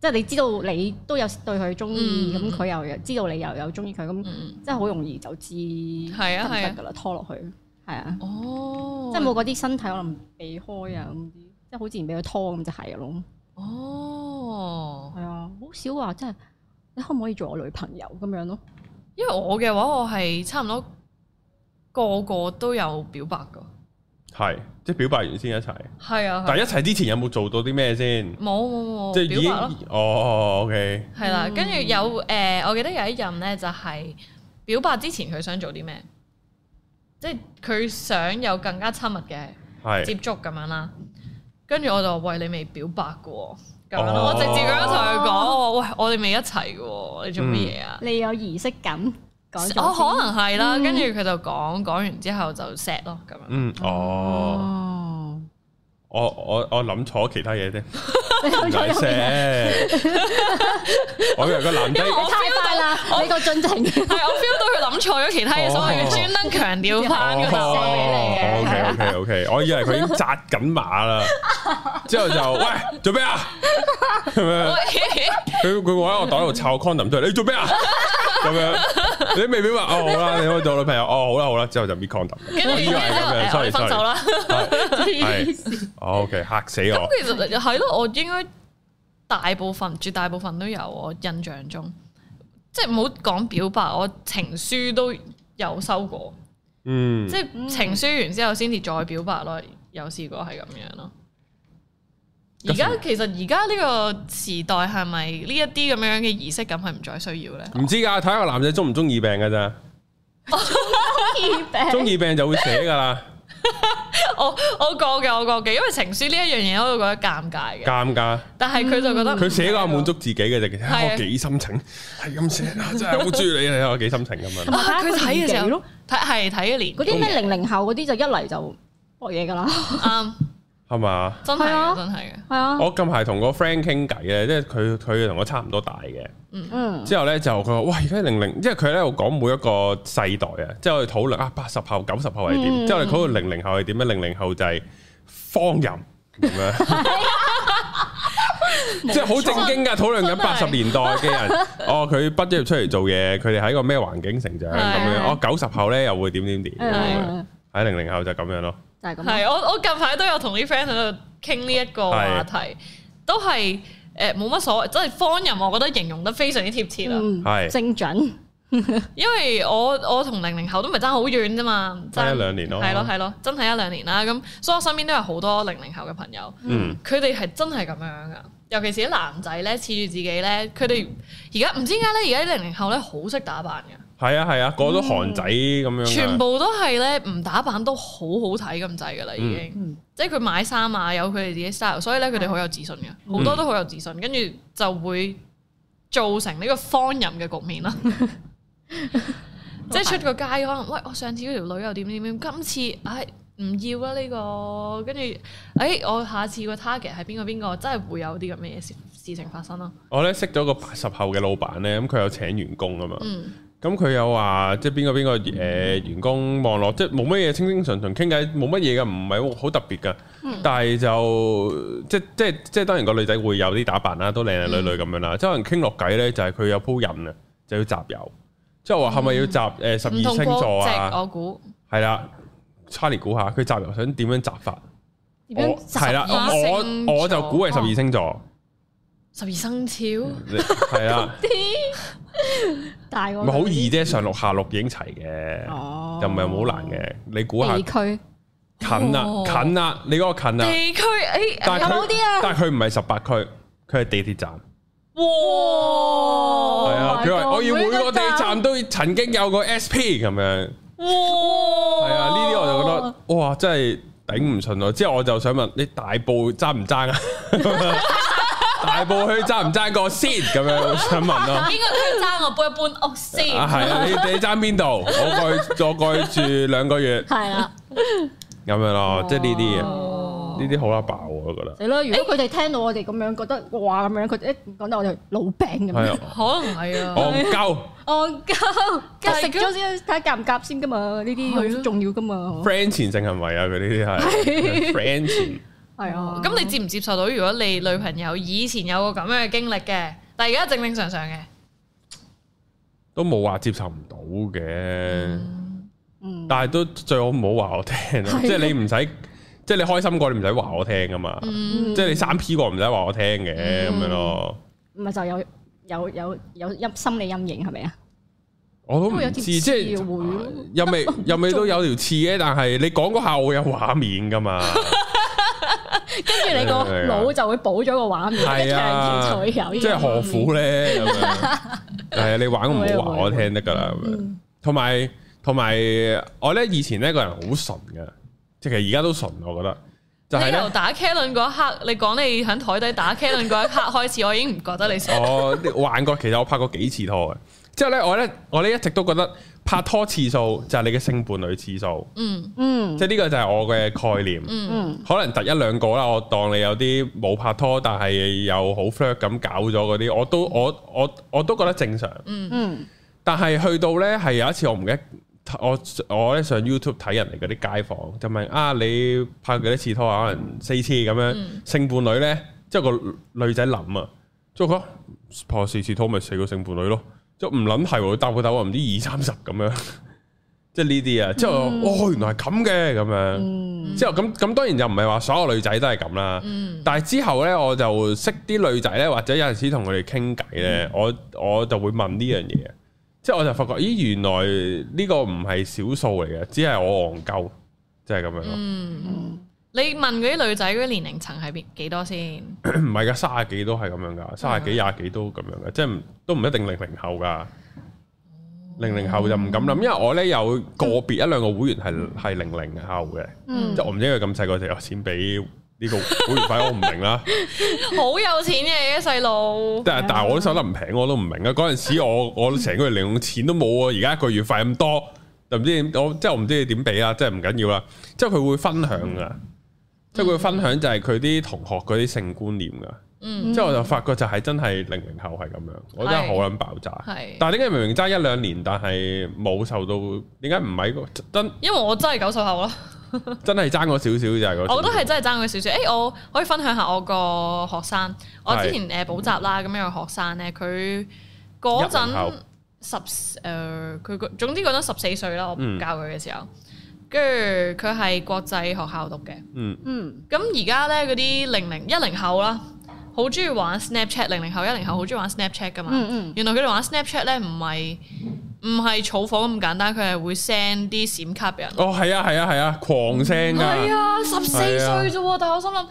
即係你知道你都有對佢中意，嗯咁佢、又知道你又有中意佢，咁嗯，即係好容易就知係啊係啊得㗎啦，拖落去係啊，哦即係冇嗰啲身體可能避開啊咁啲，即係好自然俾佢拖咁就係咯。哦，係啊，好少話即係你可唔可以做我女朋友咁樣 咯？哦因為我嘅話，我係差唔多個個都有表白噶。係，即係表白完先一齊。啊係啊，但係係一齊之前有冇做到啲咩先？冇冇冇即係已冇經表白咯，哦，OK，係啦。嗯跟住有誒，我記得有一任咧，就係表白之前佢想做啲咩，即係佢想有更加親密嘅。接係觸咁樣啦。跟住我就話：喂，你未表白嘅喎，咁樣咯。哦我直接咁樣同佢講：我話喂，我哋未一齊嘅喎，你做乜嘢啊？你有儀式感，講我哦可咗能係啦，嗯跟住佢就講，講完之後就錫咯，咁樣。嗯，先哦，哦。我我我諗錯其他嘢啫，你唔 係啫。 我以為個男仔因為我太快啦！你個進程係我 feel 到佢諗錯咗其他嘢，哦所以佢專登強調翻嗰哦度。哦，OK OK OK，我以為佢已經扎緊馬啦，之後就喂做咩啊？咁樣喂佢佢我喺我袋度摷 condom 出嚟，你做咩啊？咁樣你未表白哦，好啦，你可以做我女朋友哦，好啦好啦，之後就搣 condom，跟住我然以為之係後咁樣誒我，sorry 哋分 sorry，手啦。係 黐係線，哦 OK 嚇死我，其實係咯，我應該大部分、絕大部分都有，我印象中。即係唔好講表白，我情書都有收過，嗯即，係情書完之後先至再表白咯，有試過係咁樣咯。而家啊其實而家呢個時代係咪呢一啲咁樣嘅儀式感係唔再需要咧？唔知噶，睇下個男仔中唔中意病噶咋，中意病就會寫噶 啦，我 我過嘅，我過嘅，因為情書呢一樣嘢我都覺得尷尬嘅，尷尬。但係佢就覺得嗯佢寫個滿足自己嘅啫，其係實啊我幾深情，係咁寫啊，真係好中意你，你睇我幾深情咁樣。同埋睇下啊佢睇嘅佢時年紀候咯睇係睇一年嗰啲哦咩零零後嗰啲就一嚟就搏嘢㗎啦，啱，係嘛？真係係嘅啊真係嘅，係啊，我近排同個 friend 傾偈咧，即係佢佢同我差唔多大嘅。嗯，之後咧就佢話：哇！而家零零，即係佢咧我講每一個世代啊，即係我哋討論啊八十後、九十後係點，嗯之後我哋討論零零後係點咧？零零後就係荒淫咁樣。 即係好正經㗎，討論緊真係八十年代嘅人，哦，佢畢咗業出嚟做嘢，佢哋喺個咩環境成長咁樣，係哦，九十後咧又會點點點咁樣，嗯，喺零零後就咁樣咯，就係咁啊啦。係啊我我近排都有同啲 friend 喺度傾呢一個話題，都係誒冇乜所謂，即係方人我覺得形容得非常之貼切啊啦，嗯，係啊精準，因為我我同零零後都唔係爭好遠啫嘛，爭一兩年咯係咯係咯，真係一兩年啦，咁所以我身邊都有好多零零後嘅朋友。嗯，佢哋係真係咁樣噶，尤其是啲男仔咧，黐住自己咧，佢哋而家唔知點解咧，而家啲零零後咧好識打扮嘅，係啊係啊，個個都韓仔咁樣㗎，啊全部都係咧唔打扮都好好睇咁滯噶啦，已經，嗯即係佢買衫啊，有佢哋自己 style，所以咧佢哋好有自信嗯嘅，好多都好有自信，跟住就會造成呢個荒淫嘅 局面啦。即係出個街可能，喂，我上次嗰條女又點點點，今次唉唔要啦呢、個，跟住唉我下次個 target 係邊個邊個，真係會有啲咁嘅嘢事事情發生咯。我咧識咗個八十後嘅老闆咧，咁佢有請員工啊嘛，嗯咁佢、有話即係邊個邊個誒員工望落，即係冇乜嘢清清常常傾偈，冇乜嘢嘅，唔係好特別噶，嗯但係就即即即係當然個女仔會有啲打扮啦，都靚嗯靚女女咁樣啦，即係可能傾落偈咧就係佢有鋪印啊，就要集郵，即係話係咪要集誒十嗯唔二同星座國籍哦啊？我估係啦，Charlie 估下佢集郵想點樣集法？點我樣集係啦， 12星我座哦我就估係十二星座，十二生肖，係啦。大個咪好易啫，上六下六影齊嘅，哦，又唔係好難嘅。你估下地區近哦啊，近啊，你嗰個近啊，地區誒，但係有佢冇啲啊但係佢唔係十八區，佢係地鐵站。哇 Oh 係啊，Oh my 佢話 God，我要每每個個地站鐵站都曾經有個 SP 咁樣。哇！係係啊，呢 Oh 啲我就覺得哇，真係頂唔順咯。之後我就想問你大埔爭唔爭 啊？大埔區爭唔爭過先咁樣想問咯。邊個佢爭我搬一搬屋先？啊，係啊，你你爭邊度？我過去我過去住兩個月係 啦，咁樣咯，即係呢啲嘢。哦呢啲好啦爆啊，我覺得死啦！如果佢哋聽到我哋咁樣覺得哇咁樣，佢一講到我哋老餅咁係樣，啊，可能係啊，戇鳩戇鳩，但咁係食咗先睇夾唔夾先噶嘛，呢係啲咯好重要噶嘛， friend 前性行為啊，佢 呢啲係 friend 前係啊。咁你接唔接受到？如果你女朋友以前有個咁樣嘅經歷嘅，但係而家正正常常嘅，都冇話接受唔到嘅，嗯但係都最好唔好話我聽咯，係即係你唔使，即係你開心過你唔使話我聽噶嘛，嗯即係你三 P 過唔使話我聽嘅嗯咁樣咯，唔係就有有有有陰心理陰影係咪啊？我都因唔為有知，條即刺係會咯又未又未 都有條刺嘅，但係你講嗰下我有畫面噶嘛，跟住你個腦就會補咗個畫面，係啊跟住就會有。即係何苦咧咁樣？係啊，你玩唔好話我聽得噶啦咁樣。嗯？同埋同埋我咧以前呢個人好純嘅，即係其實而家都純，我覺得就係你由咧。打 K 輪嗰一刻，你講你喺台底打 K 輪嗰一刻開始，我已經唔覺得你我幻覺其實我拍過幾次拖嘅，之後咧我咧我咧一直都覺得拍拖次數就係你嘅性伴侶次數，嗯嗯即係呢個就係我嘅概念。嗯嗯可能突一兩個啦，我當你有啲冇拍拖但係又好 flirt 咁搞咗嗰啲，我都我我我都覺得正常。嗯嗯但係去到呢，係有一次我唔記得，我我咧上 YouTube 睇人哋嗰啲街訪，就問啊你拍幾多次拖啊？可能四次咁樣，性伴侶呢，之後個女仔諗啊，即係佢話拍四次拖咪四個性伴侶咯，即係唔諗係喎，答佢答我唔知二三十咁樣， 即係呢啲啊。之後我嗯哦，原來係咁嘅咁樣。嗯之後咁咁當然就唔係話所有女仔都係咁啦。嗯，但係之後呢，我就識啲女仔呢，或者有陣時同佢哋傾偈嗯呢，我我就會問呢樣嘢，即係我就發覺，咦，原來呢個唔係少數嚟嘅，只係我戇鳩，即係咁樣咯，嗯，嗯你問嗰啲女仔嗰啲年齡層係邊幾多先？ 唔係噶，三十幾都係咁樣噶，三十幾廿幾都咁樣嘅，即係唔都唔一定零零後噶，零零後就唔敢諗，因為我呢有個別一兩個會員係係零零後嘅，嗯即係我唔知佢咁細個就有錢俾呢個會員費，我唔明啦。好有錢嘅啲細路，但係但係我都收得唔平，我都唔明啊！嗰陣時我我成個月零用錢都冇啊，而家一個月費咁多，就唔知點我即係我唔知點俾啦，即係唔緊要啦。即係佢會分享噶，即係佢會分享就係佢啲同學嗰啲性觀念噶。嗯，之後我就發覺就係真係零零後係咁樣，我真係好撚爆炸。係，但係點解明明爭一兩年，但係冇受到點解唔係個真 因為我真係九十後咯，真係爭咗少少就係嗰少少？我都係真係爭佢少少。誒，我可以分享下我個學生，我之前誒補習啦，咁樣有個學生咧，佢嗰一年陣後十誒，佢個總之嗰陣十四歲啦，我嗯教佢嘅時候，跟住佢係國際學校讀嘅。嗯嗯咁而家咧嗰啲零零一零後啦，好中意玩 Snapchat，零零後一零後好中意玩 Snapchat 噶嘛。嗯嗯原來佢哋玩 Snapchat 咧唔係唔係儲火咁簡單，佢係會 send 啲閃卡俾人。哦係啊係啊係啊，狂聲係㗎，啊，十四歲啫喎，但係我心諗，係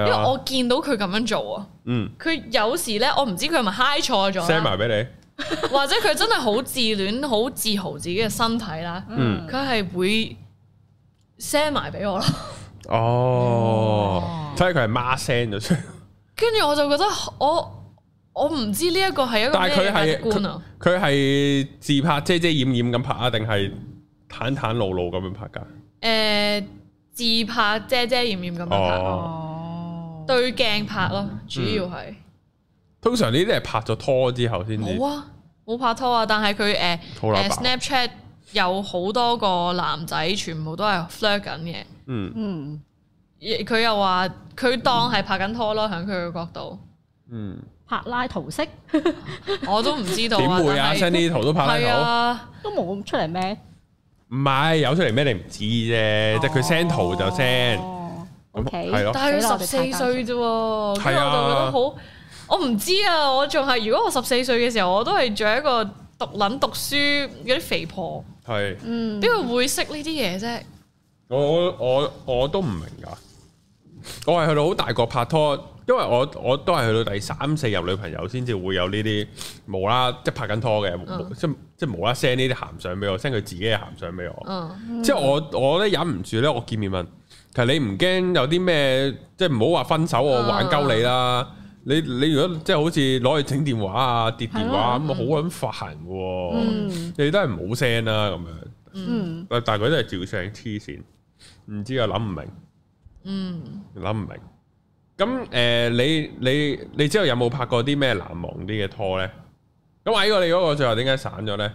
因為啊，我見到佢咁樣做啊，嗯啊佢有時咧我唔知佢係咪 high 錯咗 send 啦，埋俾你。 或者佢真係好自戀、好自豪自己嘅身體啦，嗯佢係會 send 埋俾我啦。哦，所以佢係孖聲咗出嚟， 跟住我就覺得我我唔知呢一個係一個但係咩佢價係值觀啊！ 佢係自拍遮遮掩掩咁拍啊，定係坦坦露露咁樣拍噶？誒自拍遮遮掩掩咁樣拍，哦哦對鏡拍咯，主要係通常呢啲係拍咗拖之後先至冇啊，冇拍拖啊，但係佢誒好誒喇爆。 Snapchat 有好多個男仔，全部都係 flirt 緊嘅。嗯嗯亦佢又話佢當係拍緊拖咯，喺佢嘅角 度，嗯，柏拉圖式我都唔知道點啊。會啊但係？send 呢啲圖都拍係得到，啊，都冇出嚟咩？唔係有出嚟咩？你唔知啫，即係佢 send 圖就 send。哦咁 OK，係咯但係死啦佢我十哋四太奸歲啫喎，跟係住啊我就覺得好，我唔知啊，我仲係如果我十四歲嘅時候，我都係做一個獨撚讀書嗰啲肥婆，係，嗯邊個會識呢啲嘢啫？我我我我都唔明噶，我係去到好大個拍拖，因為我我都係去到第三四任女朋友先至會有呢啲無啦，即係拍緊拖嘅，哦無即即係無啦 send 呢啲鹹相俾我，send 佢自己嘅鹹相俾我。哦嗯，即係我我咧忍唔住咧，我見面問，其實你唔驚有啲咩，即係唔好話分手我哦嗯玩鳩你啦。你你如果即係好似攞去整電話啊、跌電話係咁，好撚煩嘅喎。嗯你都係唔好聲啦咁樣，嗯但但係佢都係照聲黐線，唔知啊諗唔明，嗯，諗唔明。咁誒、呃你你你之後有冇拍過啲咩難忘啲嘅拖咧？咁矮過你嗰個最後點解散咗咧？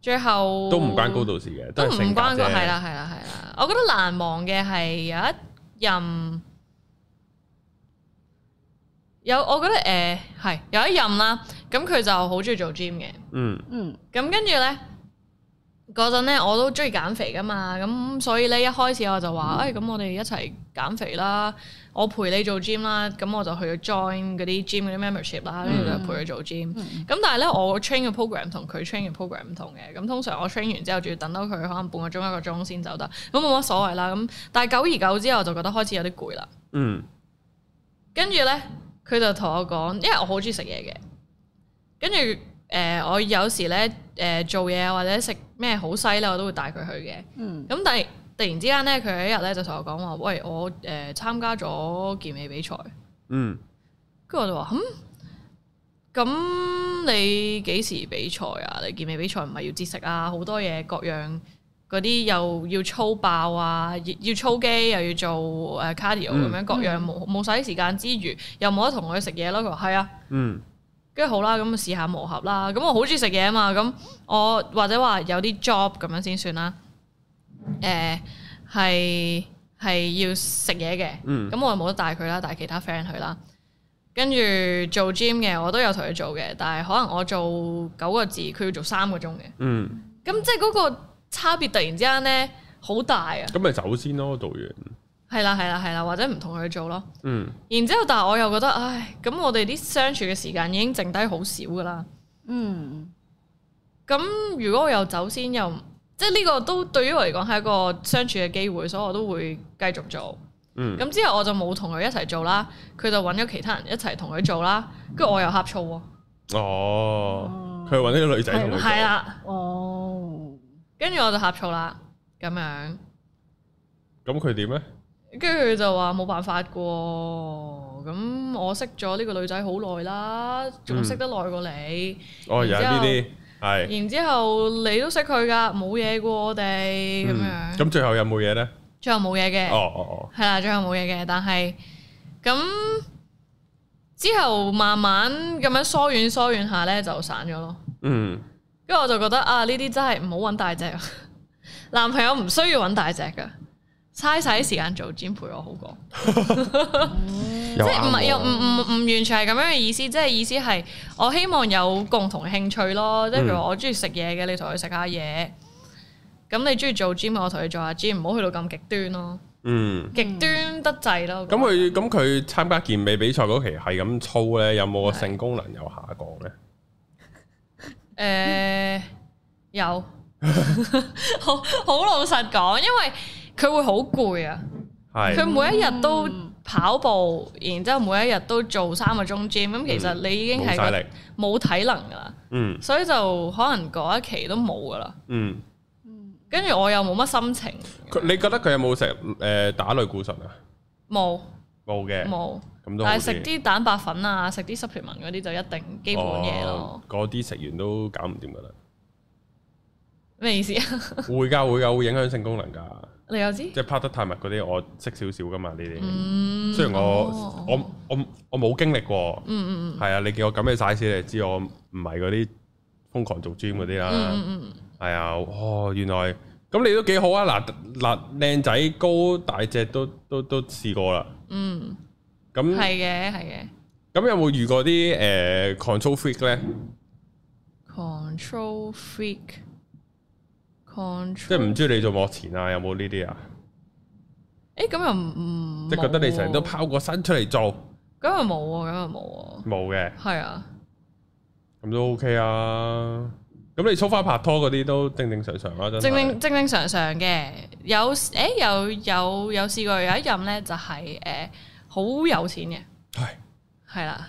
最後都唔關高，度事嘅，哦都係性唔格關啫。個係啦係啦係啦，我覺得難忘嘅係有一任。有，我覺得誒係、有一任啦，咁佢就好中意做 gym 嘅，嗯嗯咁跟住呢，嗰陣呢，我都中意減肥噶嘛，咁所以呢，一開始我就話，誒、哎咁我哋一齊減肥啦，我陪你做 gym 啦，咁我就去咗 join 嗰啲 gym 嗰啲 membership 啦，跟住就陪佢做 gym。咁、但係呢，我 train 嘅 program 同佢 train 嘅 program 唔同嘅，咁通常我 train 完之後，仲要等到佢可能半個鐘一個鐘先走得，咁冇乜所謂啦。咁但係久而久之，我就覺得開始有啲攰啦。嗯跟住呢，佢就同我講，因為我好中意食嘢嘅。跟住誒，我有時呢，誒、做嘢啊，或者食咩好西咧，我都會帶佢去嘅。嗯咁但係突然之間呢，佢有一日呢就同我講話，喂，我誒、呃參加咗健美比賽。嗯跟住我就話，嗯，咁你幾時比賽啊？你健美比賽唔係要節食啊，好多嘢各樣嗰啲又要操爆啊，要要操肌又要做誒 cardio 咁嗯樣，各樣冇冇曬啲時間之餘，又冇得同佢食嘢咯。佢話係啊。嗯。跟住好啦，咁就試下磨合啦。咁我好中意食嘢啊嘛，咁我或者話有啲 job 咁樣先算啦。誒、係係要食嘢嘅，咁、嗯我就冇得帶佢啦，帶其他 friend 去啦。跟住做 gym 嘅，我都有同佢做嘅，但係可能我做九個字，佢要做三個鐘嘅。嗯咁即係嗰個差別突然之間咧好大啊！咁咪走先咯，做完。係啦係啦係啦，或者唔同佢做咯。嗯，然之後，但係我又覺得，唉，咁我哋啲相處嘅時間已經剩低好少噶啦。嗯，咁如果我又走先又，即係呢個都對於我嚟講係一個相處嘅機會，所以我都會繼續做。嗯咁之後我就冇同佢一齊做啦，佢就揾咗其他人一齊同佢做啦，跟住我又呷醋喎。哦，佢揾呢個女仔同佢做係，啦，哦，跟住我就呷醋啦，咁樣，咁佢點咧？跟住佢就話冇辦法嘅喎，咁我識咗呢個女仔好耐啦，嗯仲識得耐過你，哦，有然之呢後啲係，然之後你都識佢㗎，冇嘢嘅喎我哋咁嗯樣，咁最後有冇嘢咧？最後冇嘢嘅哦，哦係啦，最後冇嘢嘅，但係咁之後慢慢咁樣疏遠疏遠下咧，就散咗咯。哦，嗯，跟住我就覺得啊，呢啲真係唔好揾大隻，啊男朋友唔需要揾大隻噶，嘥晒啲時間做 gym 陪我好過。又即係唔啱係又喎唔唔唔完全係咁樣嘅意思，即係意思係我希望有共同興趣咯，即係譬如嗯我中意食嘢嘅，你同佢食下嘢。咁你中意做 gym，我同佢做下 gym，唔好去到咁極端咯，嗯。極端得滯咯。咁佢咁佢參加健美比賽嗰期係咁操咧，有冇個性功能有下降咧？誒、呃有， 好好老實講，因為佢會好攰啊。佢係每一日都跑步，然之後每一日都做三個鐘 gym，咁其實你已經嗯冇晒係個力，冇體能噶啦，嗯所以就可能嗰一期都冇噶啦。嗯。跟住我又冇乜心情，佢你覺得佢有冇食誒打類固醇啊？冇冇嘅，冇，咁都好但係啲食。啲蛋白粉啊，食啲 supplement 嗰啲就一定基本嘢咯哦。嗰啲食完都搞唔掂噶啦。咩意思啊？會㗎會㗎，會影響性功能㗎。你又知？即係拍得太密嗰啲，我識少少㗎嘛呢啲。嗯，雖然我哦我我我冇經歷過，嗯嗯係啊，你見我咁嘅 size，你就知我唔係嗰啲瘋狂做 gym 嗰啲嗯嗯啦。嗯嗯，係啊，哦，原來咁你都幾好啊！嗱嗱，靚仔高大隻都都都試過啦。嗯，咁係嘅係嘅咁有冇遇過啲誒 control freak 咧？ ，control freak，control，即係唔中意你做幕前啊？有冇呢啲啊？誒咁又唔即係覺得你成日都冇喎拋個身出嚟做，咁又冇喎，咁又冇冇嘅，喎，係啊，咁都 OK 啊。咁你初花拍拖嗰啲都正正常常啦，真係正正正正常常嘅。有誒、有有有試過有一任咧，就係誒好有錢嘅，係係啦。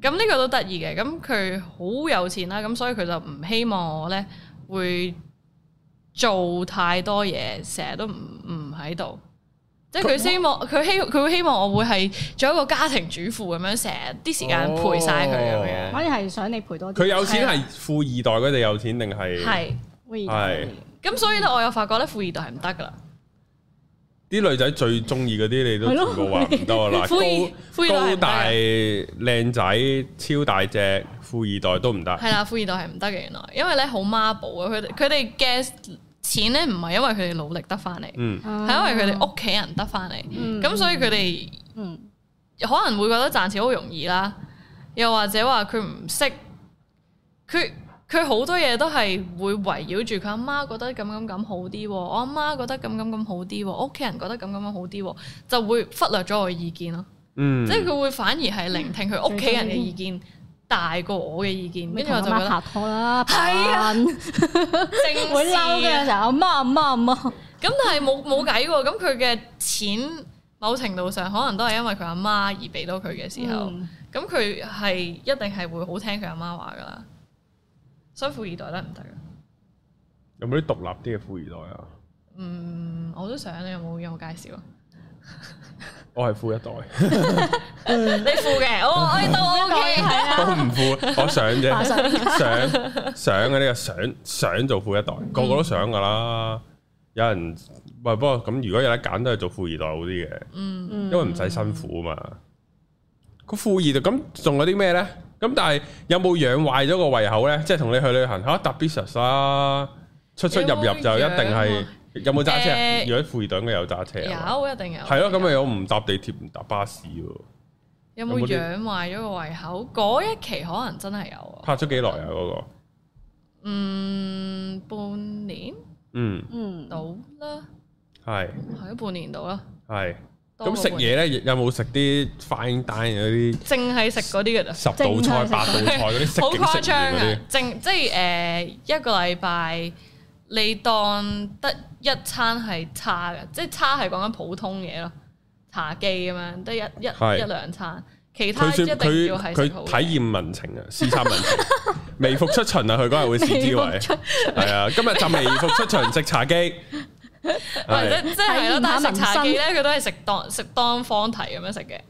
咁呢個都得意嘅，咁佢好有錢啦，咁所以佢就唔希望我咧會做太多嘢，成日都唔唔喺度。即係佢希望佢希佢會希望我會係做一個家庭主婦咁樣，成日啲時間陪晒佢咁樣。反而係想你陪多啲。佢有錢係富二代嗰啲有錢定係啊係會係咁所以咧，我又發覺咧，富二代係唔得噶啦。啲女仔最中意嗰啲，你都係咯全部話唔得啦。 富二富高高二代係唔得嘅大靚仔超大隻富二代都唔得。係啦，富二代係唔得嘅，原來，因為咧好媽寶啊，佢哋佢哋嘅錢咧唔係因為佢哋努力得翻嚟，嗯係因為佢哋屋企人得翻嚟，啊嗯咁所以佢哋嗯可能會覺得賺錢好容易啦，又或者話佢唔識，佢佢好多嘢都係會圍繞住佢阿媽覺得咁咁咁好啲喎，我阿媽覺得咁咁咁好啲喎，我屋企人覺得咁咁咁好啲喎，就會忽略咗我嘅意見咯。嗯，即係佢會反而係聆聽佢屋企人嘅意見大過我嘅意見，你跟住嗯同我阿媽就覺得拍拖啦，係啊笨正啊會嬲嘅嘅。時候，阿媽阿媽阿媽，咁但係冇冇計喎，咁佢嘅錢某程度上可能都係因為佢阿媽而俾到佢嘅時候，嗯咁佢係一定係會好聽佢阿媽話噶啦。所以富二代得唔得㗎？有冇啲獨立啲嘅富二代啊？嗯，我都想你有冇有冇介紹啊？我係富 一代，你富嘅，我我哋都 OK，係 啊都唔富，我想啫話，想想想嘅呢個想想做富一代，個個都想噶啦。有人喂，不過咁如果有得揀，都係做富二代好啲嘅。嗯因因為唔使辛苦啊嘛。個富二代咁仲有啲咩呢？咁但係有冇養壞咗個胃口呢？即係同你去旅行啊嚇搭 business 啦，出出入入就一定係有冇揸車啊？啊誒如果富二代應該有揸車啊，嗯有一定有。係咯，咁咪有唔搭地鐵唔搭巴士喎？有冇有冇啲養壞咗個胃口？嗰一期可能真係有啊。拍咗幾耐啊？嗰個嗯，半年嗯，嗯，到啦，係係半年到啦。係。多咁過食半嘢咧，有冇食啲 fine dine 嗰啲淨係食嗰啲嘅咋。十道菜、正八常道菜嗰啲好食景誇食張完嗰啊啲？！淨即係誒、呃一個禮拜，你當得一餐係差嘅，即係差係講緊普通嘢咯，茶記咁樣得一一係一兩餐，其他佢一算定佢要係佢食好嘅。體驗民情啊，視察民 情。微服出巡啊，佢嗰日會視之為微服係啊，今日就微服出巡食茶記， 或者係即係體驗下，咯但係食茶記民咧，佢都係食當食當方題咁樣食嘅，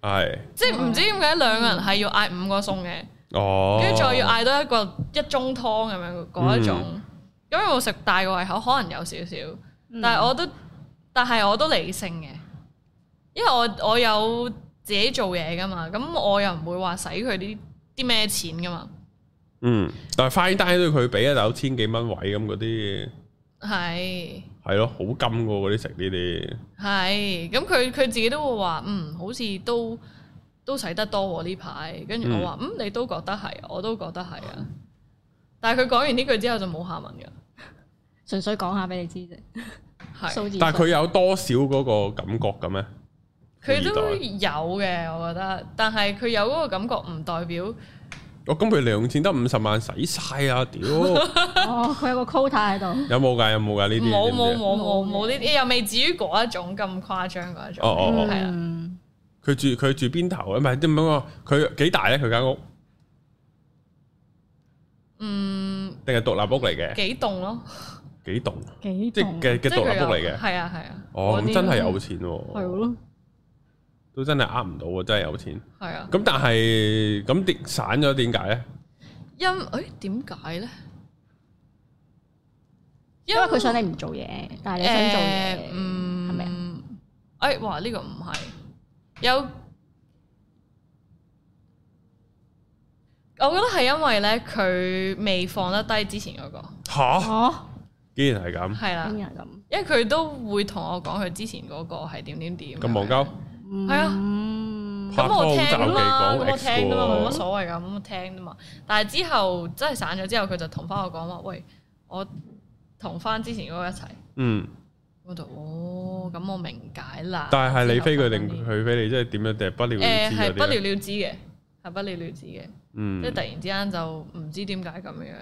係即係唔知點解兩個人係要嗌五個餸嘅，哦，跟住再要嗌多一個一盅湯咁樣嗰一種。咁有冇食大個胃口？可能有少少，但係我都但係我都理性嘅，因為我我有自己做嘢噶嘛，咁我又唔會話使佢啲啲咩錢噶嘛，嗯，但係 fine dine 都要佢俾一斗千幾蚊位咁嗰啲，係。係咯，好金㗎喎嗰啲食呢係，咁佢佢自己都會話，嗯，好似都都使得多喎呢排。跟住我話，嗯你都覺得係，我都覺得係啊。但係佢講完呢句之後就冇下文㗎，純粹講下俾你知啫，係數字。啲，但係佢有多少嗰個感覺嘅咩？佢都二代有嘅，我覺得。但係佢有嗰個感覺唔代表我哦咁佢零用錢得五十萬使晒啊！ 屌，有哦，佢有個 quota 喺度，冇㗎？有冇㗎？呢啲你冇知啊唔冇知冇冇冇冇呢啲，又未至於嗰一種咁誇張嗰一種。哦哦哦係啊，嗯佢住佢住邊頭啊？唔係點講啊？佢幾大咧？佢間屋嗯，定係獨立屋嚟嘅？幾棟咯，幾棟？幾即棟係嘅嘅即係獨佢立有屋嚟嘅。係啊係啊。哦，嗰啲咁真係有錢係喎，咯，都真係呃唔到喎，真係有錢。係啊。咁但係咁跌散咗點解咧？因誒點解咧？因為佢想你唔做嘢，但係你想做嘢，嗯，係咪啊？誒，哇！呢、個唔係有，我覺得係因為咧，佢未放得低之前嗰、個吓，哦，竟然係咁係啦邊，人咁？因為佢都會同我講佢之前嗰個係點點點咁忘鳩，係係啊啊拍咁拖我好聽罩㗎忌嘛，講咁我 X 聽㗎嘛，冇乜喎，所謂㗎，咁我聽㗎嘛。但係之後真係散咗之後，佢就同翻我講話，喂，我同翻之前嗰個一齊。嗯，我就哦，咁我明解啦。但係係你飛佢定之後佢飛你，即係點樣定係不了了誒之係嗰不了啲啊？了之嘅，係不了了之嘅，即係嗯突，然之間就唔知點解咁樣。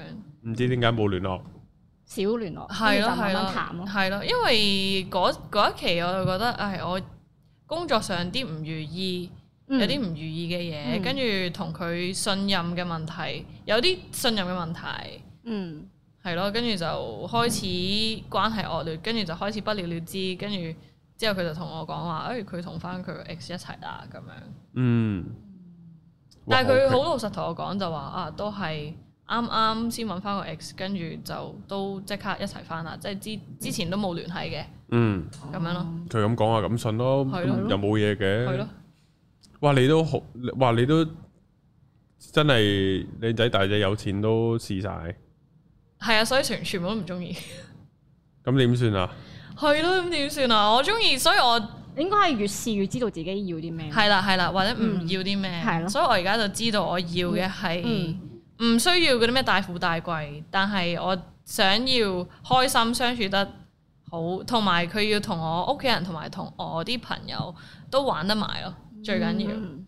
唔知點解冇聯絡，少聯絡，係跟住咯就慢係慢談咯咯。係咯，因為嗰嗰一期我就覺得，唉，我工作上啲唔如意，有嗯啲唔如意嘅嘢，嗯跟住同佢信任嘅問題，有啲信任嘅問題。嗯係咯，跟住就開始關係惡劣，跟住就開始不了了之，跟住之後佢就同我講話，誒佢同翻佢個 ex 一齊啦咁樣。嗯，但係佢哇好老實同我講就話啊，都係啱啱先揾翻個 ex，跟住就都即刻一齊翻啦，即係嗯之之前都冇聯繫嘅嗯，咁樣咯，佢咁講啊，咁信咯，係咯又冇嘢嗯係嘅咯。，哇，你都好，哇，你都真係你仔大隻有錢都試晒，係啊，所以全全部都唔中意，咁點算啊？係咯，咁點算啊？我中意，所以我應該係越試越知道自己要啲咩。係啦係啦，或者唔嗯要啲咩，係咯所以我而家就知道我要嘅係嗯唔需要嗰啲咩大富大貴，但係我想要開心相處得好，同埋佢要同我屋企人同埋同我啲朋友都玩得埋咯，最緊要。嗯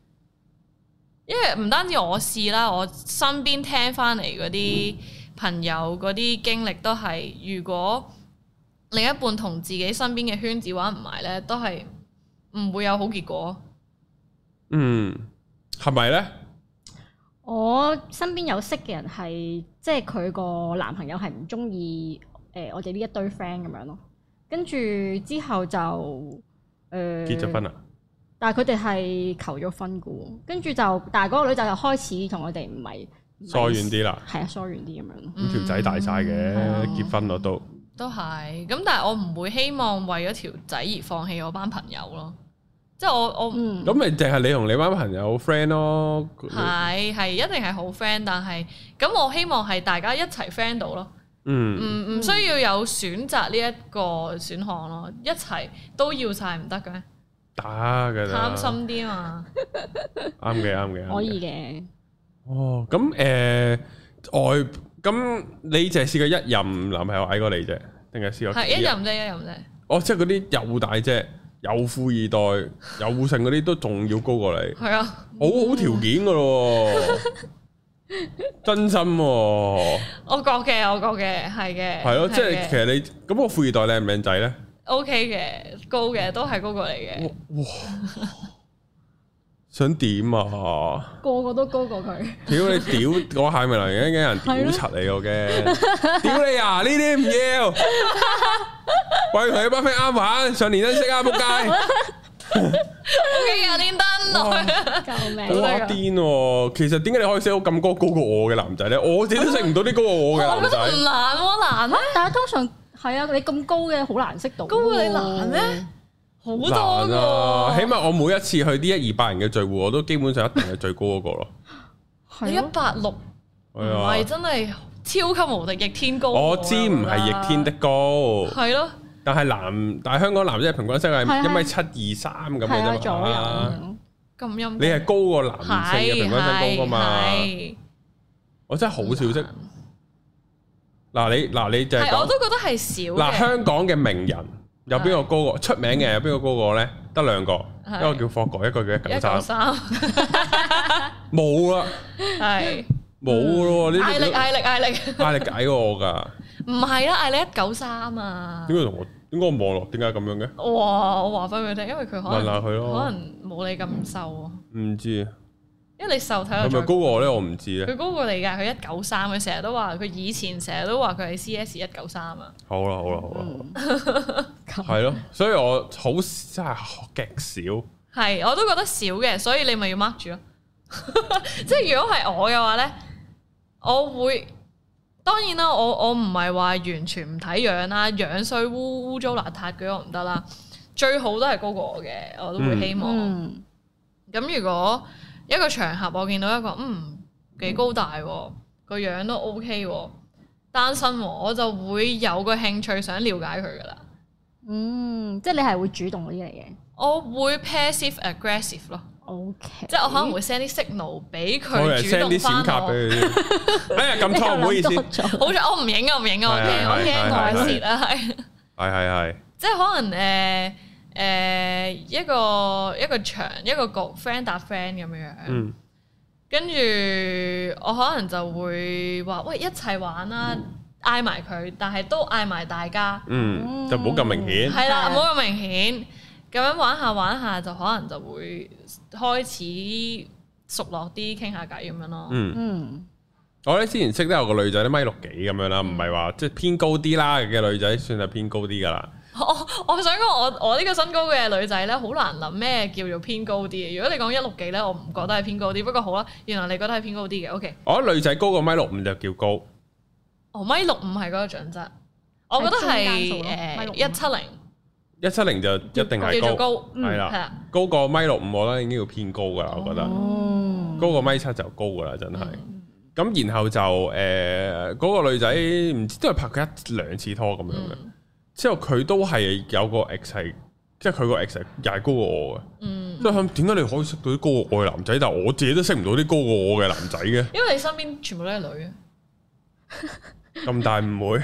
因為唔單止我試啦，我身邊聽翻嚟嗰啲朋友嗰啲經歷都係，如果另一半同自己身邊嘅圈子玩唔埋呢，都係唔會有好結果。嗯，係咪咧？我身邊有識嘅人係，即係佢個男朋友係唔中意誒我哋呢一堆 friend 咁樣咯，跟住之後就誒、呃、結咗婚啊啦，但係佢哋係求咗婚嘅喎，跟住就但係嗰個女仔就開始同我哋唔係唔係疏遠啲啦，係啊疏遠啲咁樣咯，咁條仔大晒嘅啊，結婚咯都，都係咁，但係我唔會希望為咗條仔而放棄我班朋友咯。即係我我嗯咁咪淨係你同你班朋友 friend 咯，係係一定係好 friend，但係咁我希望係大家一齊 friend 到咯。嗯，唔唔需要有選擇呢一個選項咯，一齊都要晒唔得嘅咩？打嘅啦，貪心啲啊嘛，啱嘅，啱嘅，啱嘅可以。嘅，哦，咁誒外咁你淨係試過一任男朋友矮過你啫，定係試過係一幾啊？任啫，一任啫。哦，即係嗰啲又大隻、又富二代、又剩嗰啲都仲要高過你，係啊，好好條件噶咯喎，真心喎，我覺嘅，我覺嘅，係嘅。係咯，即係其實你咁個富二代靚唔靚仔咧？ O K 嘅，高嘅都係高過你嘅。哇！想點啊？個個都高過佢，屌你屌 嗰下咪嚟緊有人屌柒你我嘅，屌你啊！呢啲唔要，喂佢班 friend 啱玩，上年真識啊仆 街， O K 嘅，連登哇救好命！啊癲喎！其實點解你可以識到咁高高過我嘅男仔咧？我自己都識唔到啲高過我嘅我男覺得唔仔，難喎，難咩？但係通常係啊，你咁高嘅好難識到喎。高過你難咩？好多難啊！起㗎喎，碼我每一次去啲一二百人嘅聚會，我都基本上一定係最高嗰個咯。係你一咯？八六唔係啊係真係超級無敵逆天高。我知唔係逆天的。高。係咯，但係男，但係香港男仔嘅平均身係係啊一米七二三咁係啊，嘅啫左右咁嘛。樣。咁陰功。你係高過男性嘅係平均身高噶嘛？係我真係好少識。嗱你嗱你就係係，我講都覺得係少嘅。嗱香港嘅名人有邊個高過出名嘅有邊個高過咧？得兩個，嗯係一個叫霍哥，一個叫一一九九三。三冇啦，係冇咯呢嗯毅力啲毅力毅力，壓力解過我㗎。唔係啦，毅力一九三啊！點解同我點解我望落點解咁樣嘅？哇！我話翻俾佢聽，因為佢可問能下佢可咯，能冇你咁瘦啊，唔知因為你瘦睇係咪落啊再高過我咧？我唔知啊咧。佢高過你㗎，佢一九三，佢成日都話佢以前成日都話佢係 CS 一九三啊，好啦好啦好啦。嗯系咯，所以我好真系極少，係我都覺得少嘅，所以你咪要 mark 住咯。 即係如果係我嘅話咧，我會當然啦，我我唔係話完全唔睇樣啦，樣衰污污糟邋遢嗰我唔得啦，最好都係高過我嘅，我都會希望。嗯，咁如果一個場合我見到一個嗯幾高大喎，個樣都 OK 喎，單身喎，我就會有個興趣想了解佢噶啦。嗯，即係你係會主動嗰啲嚟嘅。我會 passive aggressive 咯， O K，即係我 可能會 send 啲 signal 俾嗯我嚟佢主 send 動啲閃翻卡俾我。佢先。 哎呀，撳錯唔好意思，係好在我唔影啊，我唔影啊，我係驚我係驚係外係泄啊，係。係係， 即係可能誒誒、呃呃一個一個場一個局 friend 搭 friend 咁樣，嗯跟住我可能就會話喂一齊玩啦，嗌埋佢，但係都嗌埋大家，嗯，啊就唔好咁明顯。係啦，係唔好咁明顯，咁樣玩下玩下就可能就會開始熟落啲，傾下偈咁樣咯。嗯，嗯，我咧之前識得有個女仔咧，米六幾咁樣啦，唔係話即係偏高啲啦嘅女仔，算係偏高啲噶啦。我我想講我我呢個身高嘅女仔咧，好難諗咩叫做偏高啲嘅。如果你講一六幾咧，我唔覺得係偏高啲。不過好啦，原來你覺得係偏高啲嘅。OK，我覺得女仔高過米六五就叫高，哦米六五係嗰個準則，我覺得係中間數咯係誒米六五一七零一七零就一定係叫做高，高，嗯係係啊啦，啦，高過米六五，我覺得已經要偏高噶啦，我覺得哦，高過米七就高噶啦，真係。嗯咁然後就誒嗰個女仔唔知都係拍過一兩次拖咁樣嘅。嗯之後佢都係有個 ex 係，即係佢個 ex 係又係高過我嘅。嗯，即係諗點解你可以識到啲高過我嘅男仔，但係我自己都識唔到啲高過我嘅男仔嘅因為你身邊全部都係女嘅，咁大誤 會，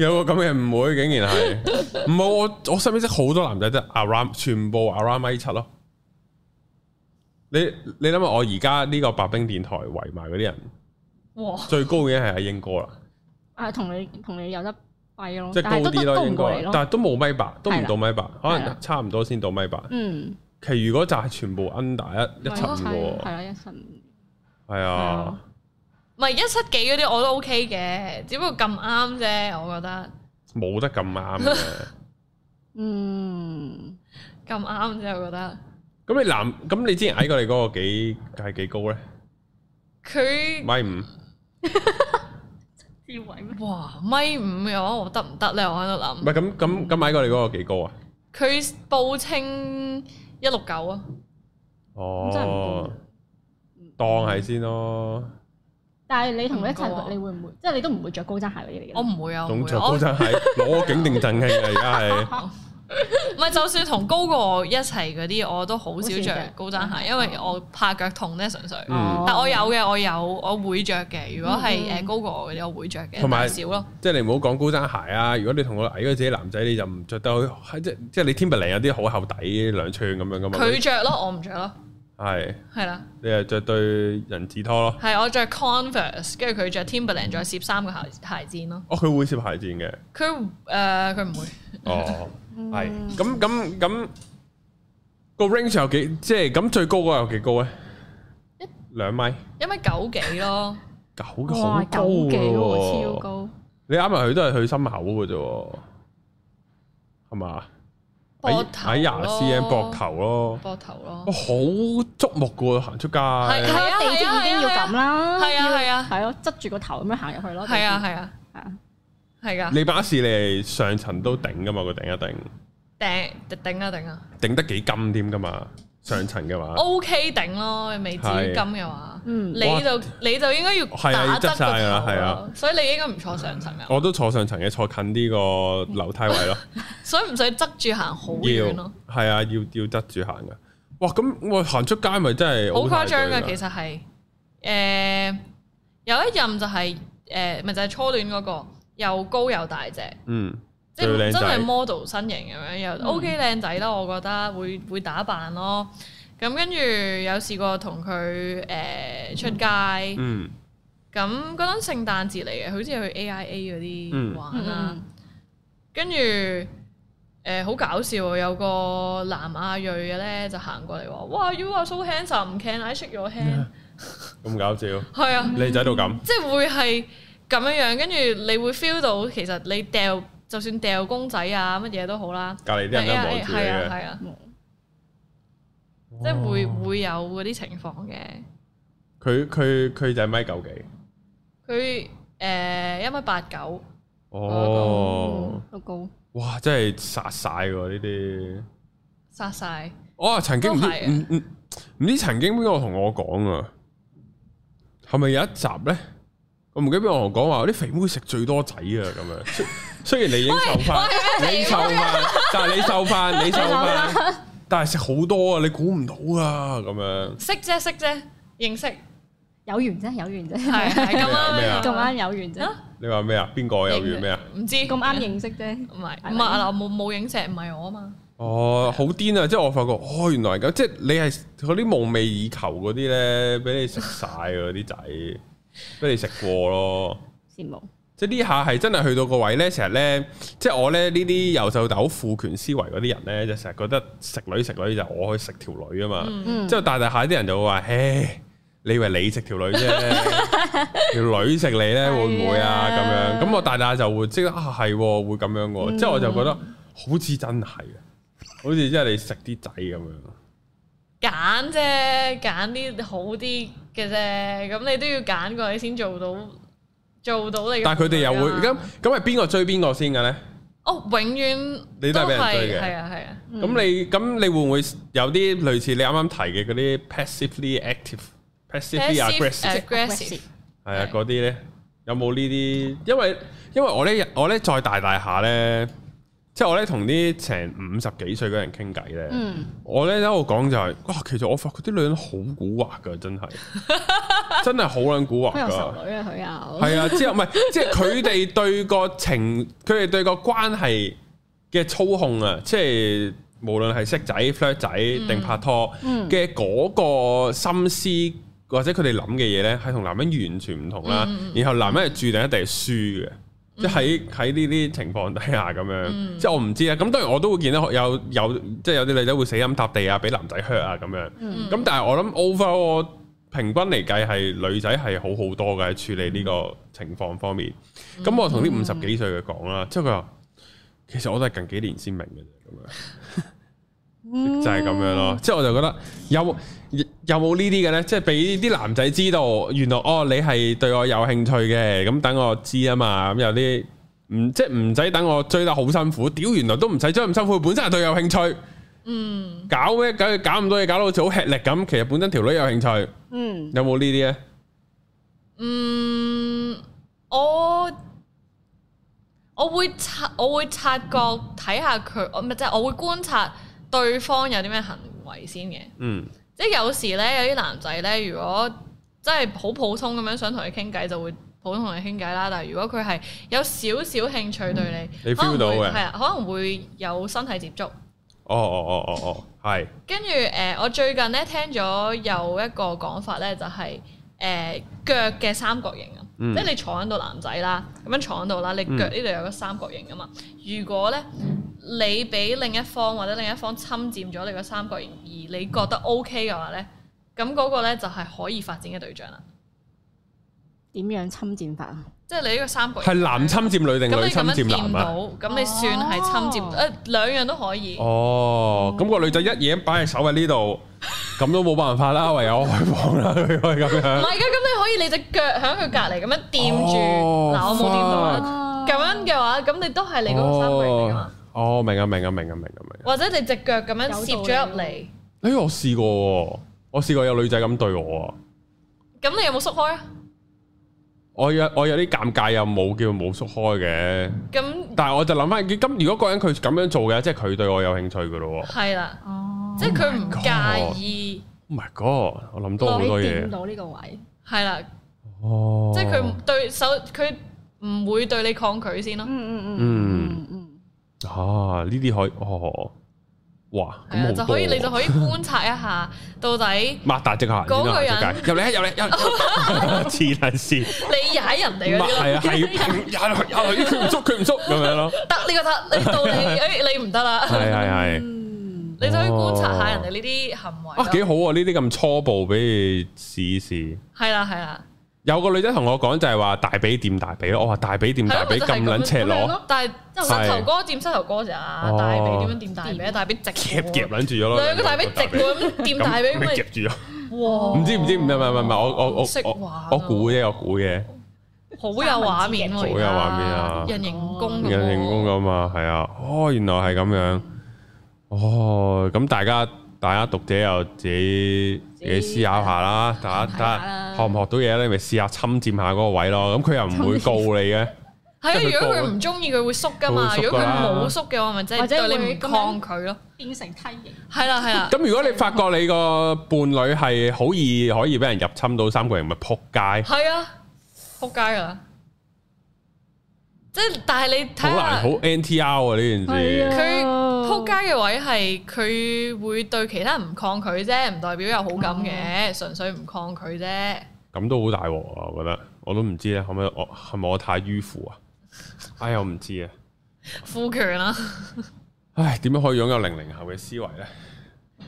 有個咁嘅誤會，竟然係唔係我我身邊識好多男仔都係 around 全部 around 米七咯。你你諗下，我而家呢個白冰電台圍埋嗰啲人，哇！最高嘅係阿英哥啦，啊，同你同你有得揮咯，即係但係高都啲都咯，都英唔哥過啦你，但咯。係都冇米八，都唔到米八，可係啦能差唔多先到米八。嗯，其餘嗰扎係全部 under 一一七五嘅係喎，啦，一七五。係啊啊，唔係一七幾嗰啲我都 OK 嘅，只不過咁啱啫，我覺得冇得咁啱 嘅。嗯，咁啱啫，我覺得咁你男，咁你之前矮過你嗰個幾係幾高咧？佢米五，智慧咩？哇米五嘅話，我得唔得咧？我喺度諗唔。係咁咁嗯咁矮過你嗰個幾高啊？佢報稱一六九啊，咁真係唔哦高，當係先咯。但係你同佢一唔過齊，啊你會唔會？即係你都唔會着高踭鞋嗰啲嚟嘅。 我唔會啊，我唔總會着高踭啊我鞋，攞個景定贈慶啊！而家係唔係，就算同高過我一齊嗰啲，我都好好少少哦着嘅高踭鞋，因為我怕腳痛咧，純粹。嗯但我有嘅，我有，我會着嘅。如果係嗯誒高過我嗰啲，我會着嘅，同埋但係少咯。即係你唔好講高踭鞋啊！如果你同我矮嗰啲男仔，你就唔着得好，即即係你 Timberland 有啲好厚底兩寸咁樣噶嘛。佢着咯，我唔着咯，係係啦，你係着對人字拖咯。係我着 Converse，跟住佢着 Timberland，再攝三個鞋鞋墊咯。哦，佢會攝鞋墊嘅。佢誒佢唔會，哦，係。嗯嗯咁咁咁個 range 有幾？即係咁最高嗰個有幾高咧？兩米一米九幾咯，九哇，好高九幾喎，超喎！高，你啱埋佢都係去心口嘅啫喎，係嘛？膊頭喺廿 cm 咯膊頭咯，膊頭咯哇，。好觸目嘅喎，行出街。係係啊，係啊地鐵已經要咁啦，係啊係啊係咯，側住個頭咁樣行入去咯，係啊係啊係啊，係㗎。你巴士你係上層都頂噶嘛，個頂一頂，頂頂啊頂啊頂得幾金添噶嘛，上層嘅哦話， ，OK 頂咯，未至於金嘅話，嗯你就你就應該要係啊要打側側晒㗎啦個頭係咯啊，所以你應該唔坐上層啊，我都坐上層嘅，坐近呢個樓梯位咯，所以唔使側住行好要遠咯，係啊，要要側住行噶。哇，咁我行出街咪真係好誇張㗎㗎，其實係誒有一任就係誒咪就係初戀嗰個，又高又大隻。嗯，即最係靚真係仔，嗯 model 身形咁樣，又 OK 靚仔啦，我覺得會會打扮咯。咁跟住有試過同佢誒出街，咁嗯嗰陣聖誕節嚟嘅，好似去 AIA 嗰啲嗯嗯玩啦嗯。跟住誒好搞笑喎，有個南亞裔嘅咧就行過嚟話：哇，you are so handsome，can I shake your hand？咁搞笑，係啊。靚仔到咁，即係會係咁樣樣，跟住你會 feel 到其實你掉就算掉公仔啊乜嘢都好啦，隔離啲人都望住你係啊嘅，哦係啊，嗯即係會哇會有嗰啲情況嘅。佢佢佢就係米九幾，佢誒一米八九，哦，都嗯高，哇，真係殺晒喎呢啲。殺晒哦，曾經唔知都係啊唔唔唔知曾經邊個同我講啊，係咪有一集咧？我唔記得邊個同我講話啲肥妹食最多仔啊咁樣。雖雖然你已經瘦 翻，你瘦翻，但係你瘦翻，你瘦翻，但係食好多啊！你估唔到啊咁樣。識啫識啫，認識有緣啫，有緣啫，係係咁啱咩啊嘅咁啱有緣啫，啊你話咩啊？邊個有遇咩啊？？唔知咁啱認識啫，唔係唔係啊！冇冇影射唔係我啊嘛，哦，好癲啊！即係我發覺，哦，原來係咁，即係你係嗰啲夢寐以求嗰啲咧，俾你食晒啊嗰啲仔，俾你食過咯。羨慕，即係呢下係真係去到個位呢，成日呢，即係我咧呢啲由細到大好父權思維嗰啲人呢，就成日覺得食女食女就我去食條女啊嘛。嗯之後大大下啲人就會話：，唉，你以為你食條女啫， 條女食你呢會唔會啊？係啊咁樣，咁我大大就會即刻啊係喎，會咁樣喎。之後我就覺得好似真係啊，好似真係你食啲仔咁樣。揀啫，揀啲好啲嘅啫。咁你都要揀過，你先做到做到你嘅。但係佢哋又會啊咁咁，咁係邊個追邊個先嘅呢？哦，永遠你都係俾人追嘅係啊係啊，咁你咁你會唔會有啲類似你啱啱提嘅嗰啲 passively active、passively aggressive Passive aggressive 係啊嗰啲呢？有冇呢啲？因為因為我呢我呢再大大下呢，即係我呢同啲成五十幾歲嗰人傾偈呢，嗯，我呢喺度講就係、哇，其實我發覺啲女人好蠱惑㗎，真係真係好撚蠱惑佢又㗎。仇女啊，佢又，係啊，之後唔係，即係佢哋對個情， 佢哋對個關係嘅操控啊，即係無論係識仔、flirt 仔定拍拖嗯嘅嗰個心思，或者佢哋諗嘅嘢咧，係同男人完全唔同啦。嗯然後男人係注定一定係輸嘅。即係喺喺呢啲情況底下咁樣，嗯即係我唔知啊。咁當然我都會見到有有即係有啲女仔會死心塌地啊，俾男仔 hurt 啊咁樣。咁、嗯但係我諗 overall 平均嚟計係女仔係好好多嘅喺處理呢個情況方面。咁、我同啲五十幾歲嘅講啦，即係佢話其實我都係近幾年先明嘅啫，咁嗯樣就係咁樣咯。即係我就覺得有冇有冇呢啲嘅咧？即係俾啲男仔知道，原來哦你係對我有興趣嘅，咁等我知啊嘛。咁有啲唔即係唔使等我追得好辛苦，屌原來都唔使追咁辛苦，本身係對我有興趣。嗯，搞咩搞搞咁多嘢，搞到好似好吃力咁。其實本身條女有興趣，嗯，有冇呢啲咧？嗯，我我會察我會察覺睇下佢，我咪即係我會觀察對方有啲咩行為先嘅。嗯即係有時咧，有啲男仔咧，如果真係好普通咁樣想同佢傾偈，就會普通同佢傾偈啦。但係如果佢係有少少興趣對你，嗯你 feel 到嘅係啊，可能會有身體接觸。哦哦哦哦哦，係跟住誒，呃我最近咧聽咗有一個講法咧，就係誒腳嘅三角形啊，嗯即係你坐喺度男仔啦，咁樣坐喺度啦，你腳呢度有個三角形啊嘛。如果咧你俾另一方或者另一方侵佔咗你個三角形，而你覺得 OK 嘅話咧，咁嗰個咧就係可以發展嘅對象啦。點樣侵佔法啊？即係你呢個三角形係男侵佔女定咁女你侵咁樣佔掂男到啊？，咁你算係侵佔誒、哦呃、兩樣都可以。哦，咁個女仔一嘢擺隻手喺呢度，咁都冇辦法啦，唯有開放啦，佢可以咁唔樣。係嘅，咁你可以你隻腳喺佢隔離咁樣掂住，哦嗱我冇掂到啦。啊咁樣嘅話，咁你都係你嗰個三個人嚟噶嘛？哦，明啊明啊明啊明啊明啊！或者你只腳咁樣攝咗入嚟，哎，我試過喎，我試過有女仔咁對我啊，咁你有冇縮開啊？我有我有啲尷尬又冇叫冇縮開嘅，咁但係我就諗翻，咁如果嗰個人佢咁樣做嘅，即係佢對我有興趣噶咯喎。係啦，哦，即係佢唔 Oh God 介意， Oh my god！我諗多好多你掂嘢。到呢個位，係啦，哦，即係佢唔對手，佢唔會對你抗拒先咯。嗯嗯嗯嗯嗯啊呢啲可以哦，哇係啊，咁就好可以多你就可以觀察 一下，到底你擘大隻眼，嗰個人然之後行出街入嚟啊入嚟入嚟，啊 黐撚線，踩人哋嗰啲係啊 係咯，啊，入嚟入嚟，佢唔捉佢唔捉咁樣咯，得呢個得，你 到你誒你唔得係啦，係嗯係，嗯，你就可以觀察下人哋呢啲行為啊幾咯。好喎！呢啲咁初步俾你試試。係啦係啦，有個女仔同我講就係話大髀掂大髀咯，我話大髀掂大髀 係咯咪就係咁咁撚赤咁樣裸，咯但係啊膝頭哥掂膝頭哥咋，大哦髀點樣掂大髀？大髀直夾喎夾撚住咗咯，兩個大髀直咁掂大髀咁咪咪夾住咗。哇！唔知唔知唔係唔係唔係，我我我識玩我啊我估啫，我估嘅，好有畫面喎，好有畫面啊而家人形蜈蚣咁喎人形工噶嘛，係啊，哦，原來係咁樣，哦，咁大家大家讀者又自己自自己己思考下啦，大家睇睇下啦下學唔學到嘢咧，你咪試下侵佔下嗰個位咯，咁佢又唔會告你嘅，係啊！即係佢如果過佢唔中意，佢會縮噶嘛。佢會縮如果㗎佢啦冇縮嘅話，咪即或係者對你唔會咁抗樣拒咯。變成梯形，係啦，係啦，咁如果你發覺你個伴侶係好易可以俾人入侵到三個人，咪撲街，係啊，撲街噶啦！即係，但係你睇好難下好 NTR 啊呢件事，佢撲撲街嘅位係佢會對其他人唔抗拒啫，唔代表有好感嘅，純粹唔抗拒啫。咁都好大鑊啊！我覺得我都唔知啊咧，可唔可以我係咪我太迂腐啊？哎呀，我唔知啊。賦權啊啦，唉，點樣可以擁有零零後嘅思維呢？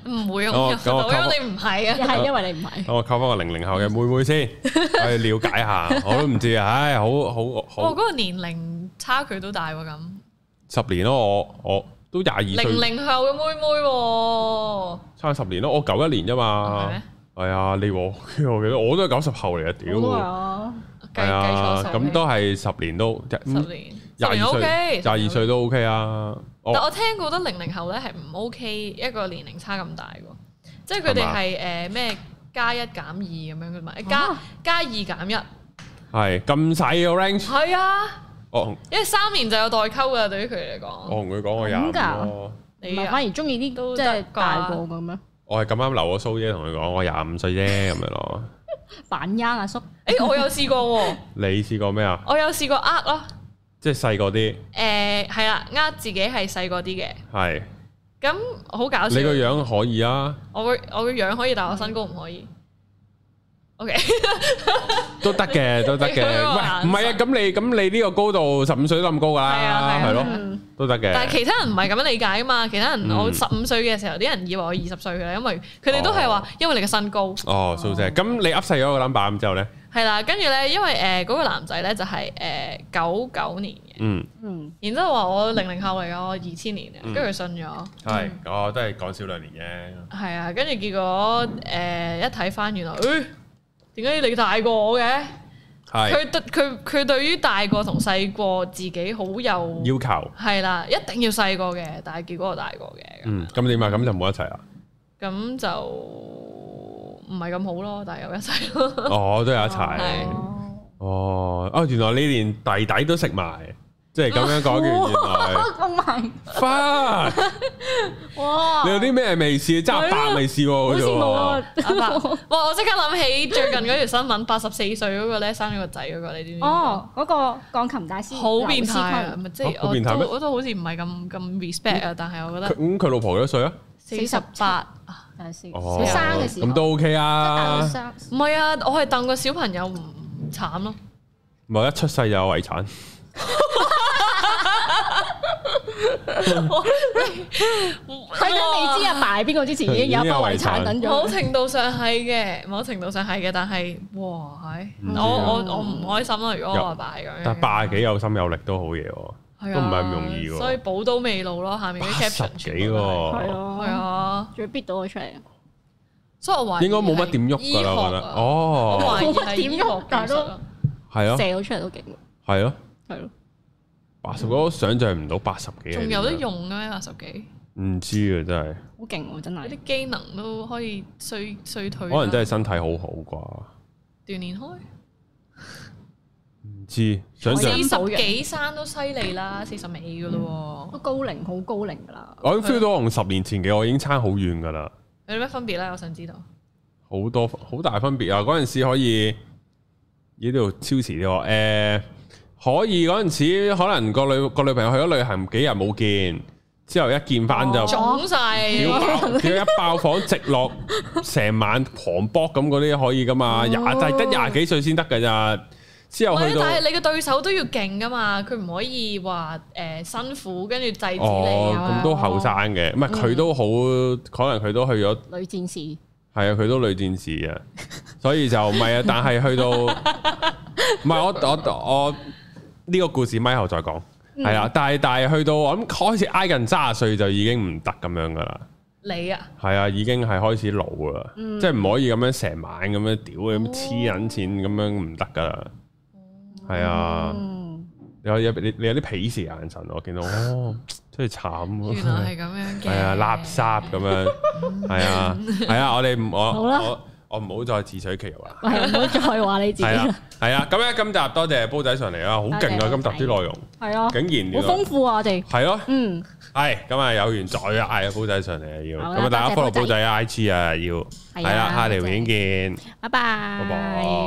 唔會哦用，咁 我因為你唔係啊。你係因為你唔係，等我溝翻個零零後嘅妹妹 先，我去了解下。我都唔知啊，唉，好好哦，嗰好，個年齡差距都大喎，咁十年咯，我我都廿二零歲，零後嘅妹妹喎，差十年咯，我九一年啫係嘛咩。係啊，你我我記得 我都係九十後嚟啊，好多屌。啊，計係啊計錯，數咁都係十年都十廿年，十廿年二歲，OK，廿二歲都。都 OK 啊。哦但我聽過得零零後咧係唔 OK 一個年齡差咁大喎，即係佢係哋嘛係誒咩加一減二咁樣嘅嘛，加啊加二減一，係咁細嘅 range，係啊，我同因為三年就有代溝㗎，對於佢哋我嚟講，同佢講我廿五咁㗎咯，唔你係啊反而中意都啲即得係啩大個咁樣我係咁啱留個須啫，同佢講我廿五歲啫咁樣咯。扮丫阿啊叔，誒我有試過喎，你試過咩啊？我有試過呃咯，即係細個啲，誒係啦，呃自己係細個啲嘅，係。咁好搞笑。你個樣可以啊，我個我個樣可以，但我身高唔可以。O K，都得嘅，都得嘅。 你嗰個眼喂，唔係啊，咁你咁你呢個高度十五歲都咁高噶係啊啦，係啊係咯係啊，嗯都得但係嘅。其他人唔係咁樣理解噶嘛，其他人嗯我十五歲嘅時候，啲人以為我二十歲嘅啦，因為佢哋都係哦話因為你嘅身高哦，蘇姐，咁你 up 細咗個 number 咁之後咧，係啦，跟住咧因為誒嗰個男仔咧就係誒九九年嘅，嗯，嗯，然之後話我零零後嚟㗎，我二千年嘅，跟住佢信咗，係，我都係講少兩年係啊，跟住結果誒一睇翻原來，誒點解你大過我嘅？啫，係佢對佢佢對於大個同細個自己好有要求，係啦，一定要細個嘅，但係結果我大個嘅，咁嗯，咁點啊？咁就冇一齊 啦。咁就唔係咁好咯，但係又一齊咯。哦，都有一係齊。哦，啊，原來你連弟弟都食埋，即係咁樣 講完，原來哇！Oh 咁埋，花，哇！你有啲咩未試？真係百未試好過嘅似啫冇喎啊。！阿伯哇！ 我即刻諗起最近嗰條新聞，八十四歲嗰個咧生咗個仔嗰個，你知唔知？哦，嗰個鋼琴大師好變態劉啊！思咪即係嚇好我變態咩都我都好似唔係咁咁 respect 啊，但係我覺佢得咁佢老婆幾多歲啊？四十八坤大師，哦佢生嘅時候咁都 OK 即係大啊佢，生唔係啊！我係戥個小朋友唔慘咯，唔係一出世就有遺產，佢都未知啊阿爸係邊個之前已經有一筆遺產等某咗，程度上係嘅，某程度上係嘅，但係哇，係唔知我啊我我唔開心啊咯。如果我阿爸係咁樣，但係八十幾有心有力都好嘢喎，係啊都唔係咁容易喎所以寶刀未老咯，下面八啲十 caption 幾全部都係係喎，係啊，啊，仲要逼到佢出嚟，所以我懷疑應該冇乜點喐係醫㗎學啦，啊我覺得。我哦，懷疑係醫學技術但係都啊係咯，射到出嚟都勁，係咯，係咯，八十我都想象唔到八十幾係仲有得點樣，用嘅咩？八十幾唔知啊真係。好勁喎，真嗰係。啲機能都可以衰衰退啦，可能真係身體好好鍛鍊開。啩，唔知想我象有。四十幾生都犀利啦，四十尾嘅咯都高齡好高齡㗎啦，啊我已經 feel 到我同十年前嘅我已經差好遠噶啦，喎，有啲咩分別咧？我想知道。好多好大分別啊！嗰陣時可以呢度超時啲喎，誒、可以嗰陣時可能個女個女朋友去咗旅行幾日冇見，之後一見翻就哦屌腫晒，爆屌一爆房直落成晚狂搏咁嗰啲可以噶嘛？廿哦但係得廿幾歲先得㗎咋，之後去喂到但係你嘅對手都要勁噶嘛，佢唔可以話誒、呃辛苦跟住制止你哦啊咁都後生嘅，唔係佢都好，可能佢都去咗。女戰士系啊，佢都女戰士啊，所以就唔係啊，但係去到唔係我我我呢、個故事咪後再講，係啦、但係但係去到我諗開始挨近卅歲就已經唔得咁樣噶啦，你啊，係啊，已經係開始老啦，嗯即係唔可以咁樣成晚咁樣屌咁哦黐撚錢咁樣唔得噶啦，係啊，嗯，你有你你有啲鄙視眼神我見 到，哦，真係慘原啊！ 來係咁樣嘅。係啊，垃圾咁樣，係 啊，係啊，我哋唔我好啦我我唔好再自取其辱啦。喂，啊唔好再話你自己係啦啦，，係啊，咁咧今集多謝煲仔上嚟啦，好勁多啊！謝今集啲內容係啊，竟然好豐富啊，我哋，係咯，嗯，係咁啊，有緣再嗌啊煲仔上嚟啊要，好啦咁啊大家多謝 follow 煲煲仔仔 I G 啊要，係係啦，啊下條片見，拜拜，拜拜。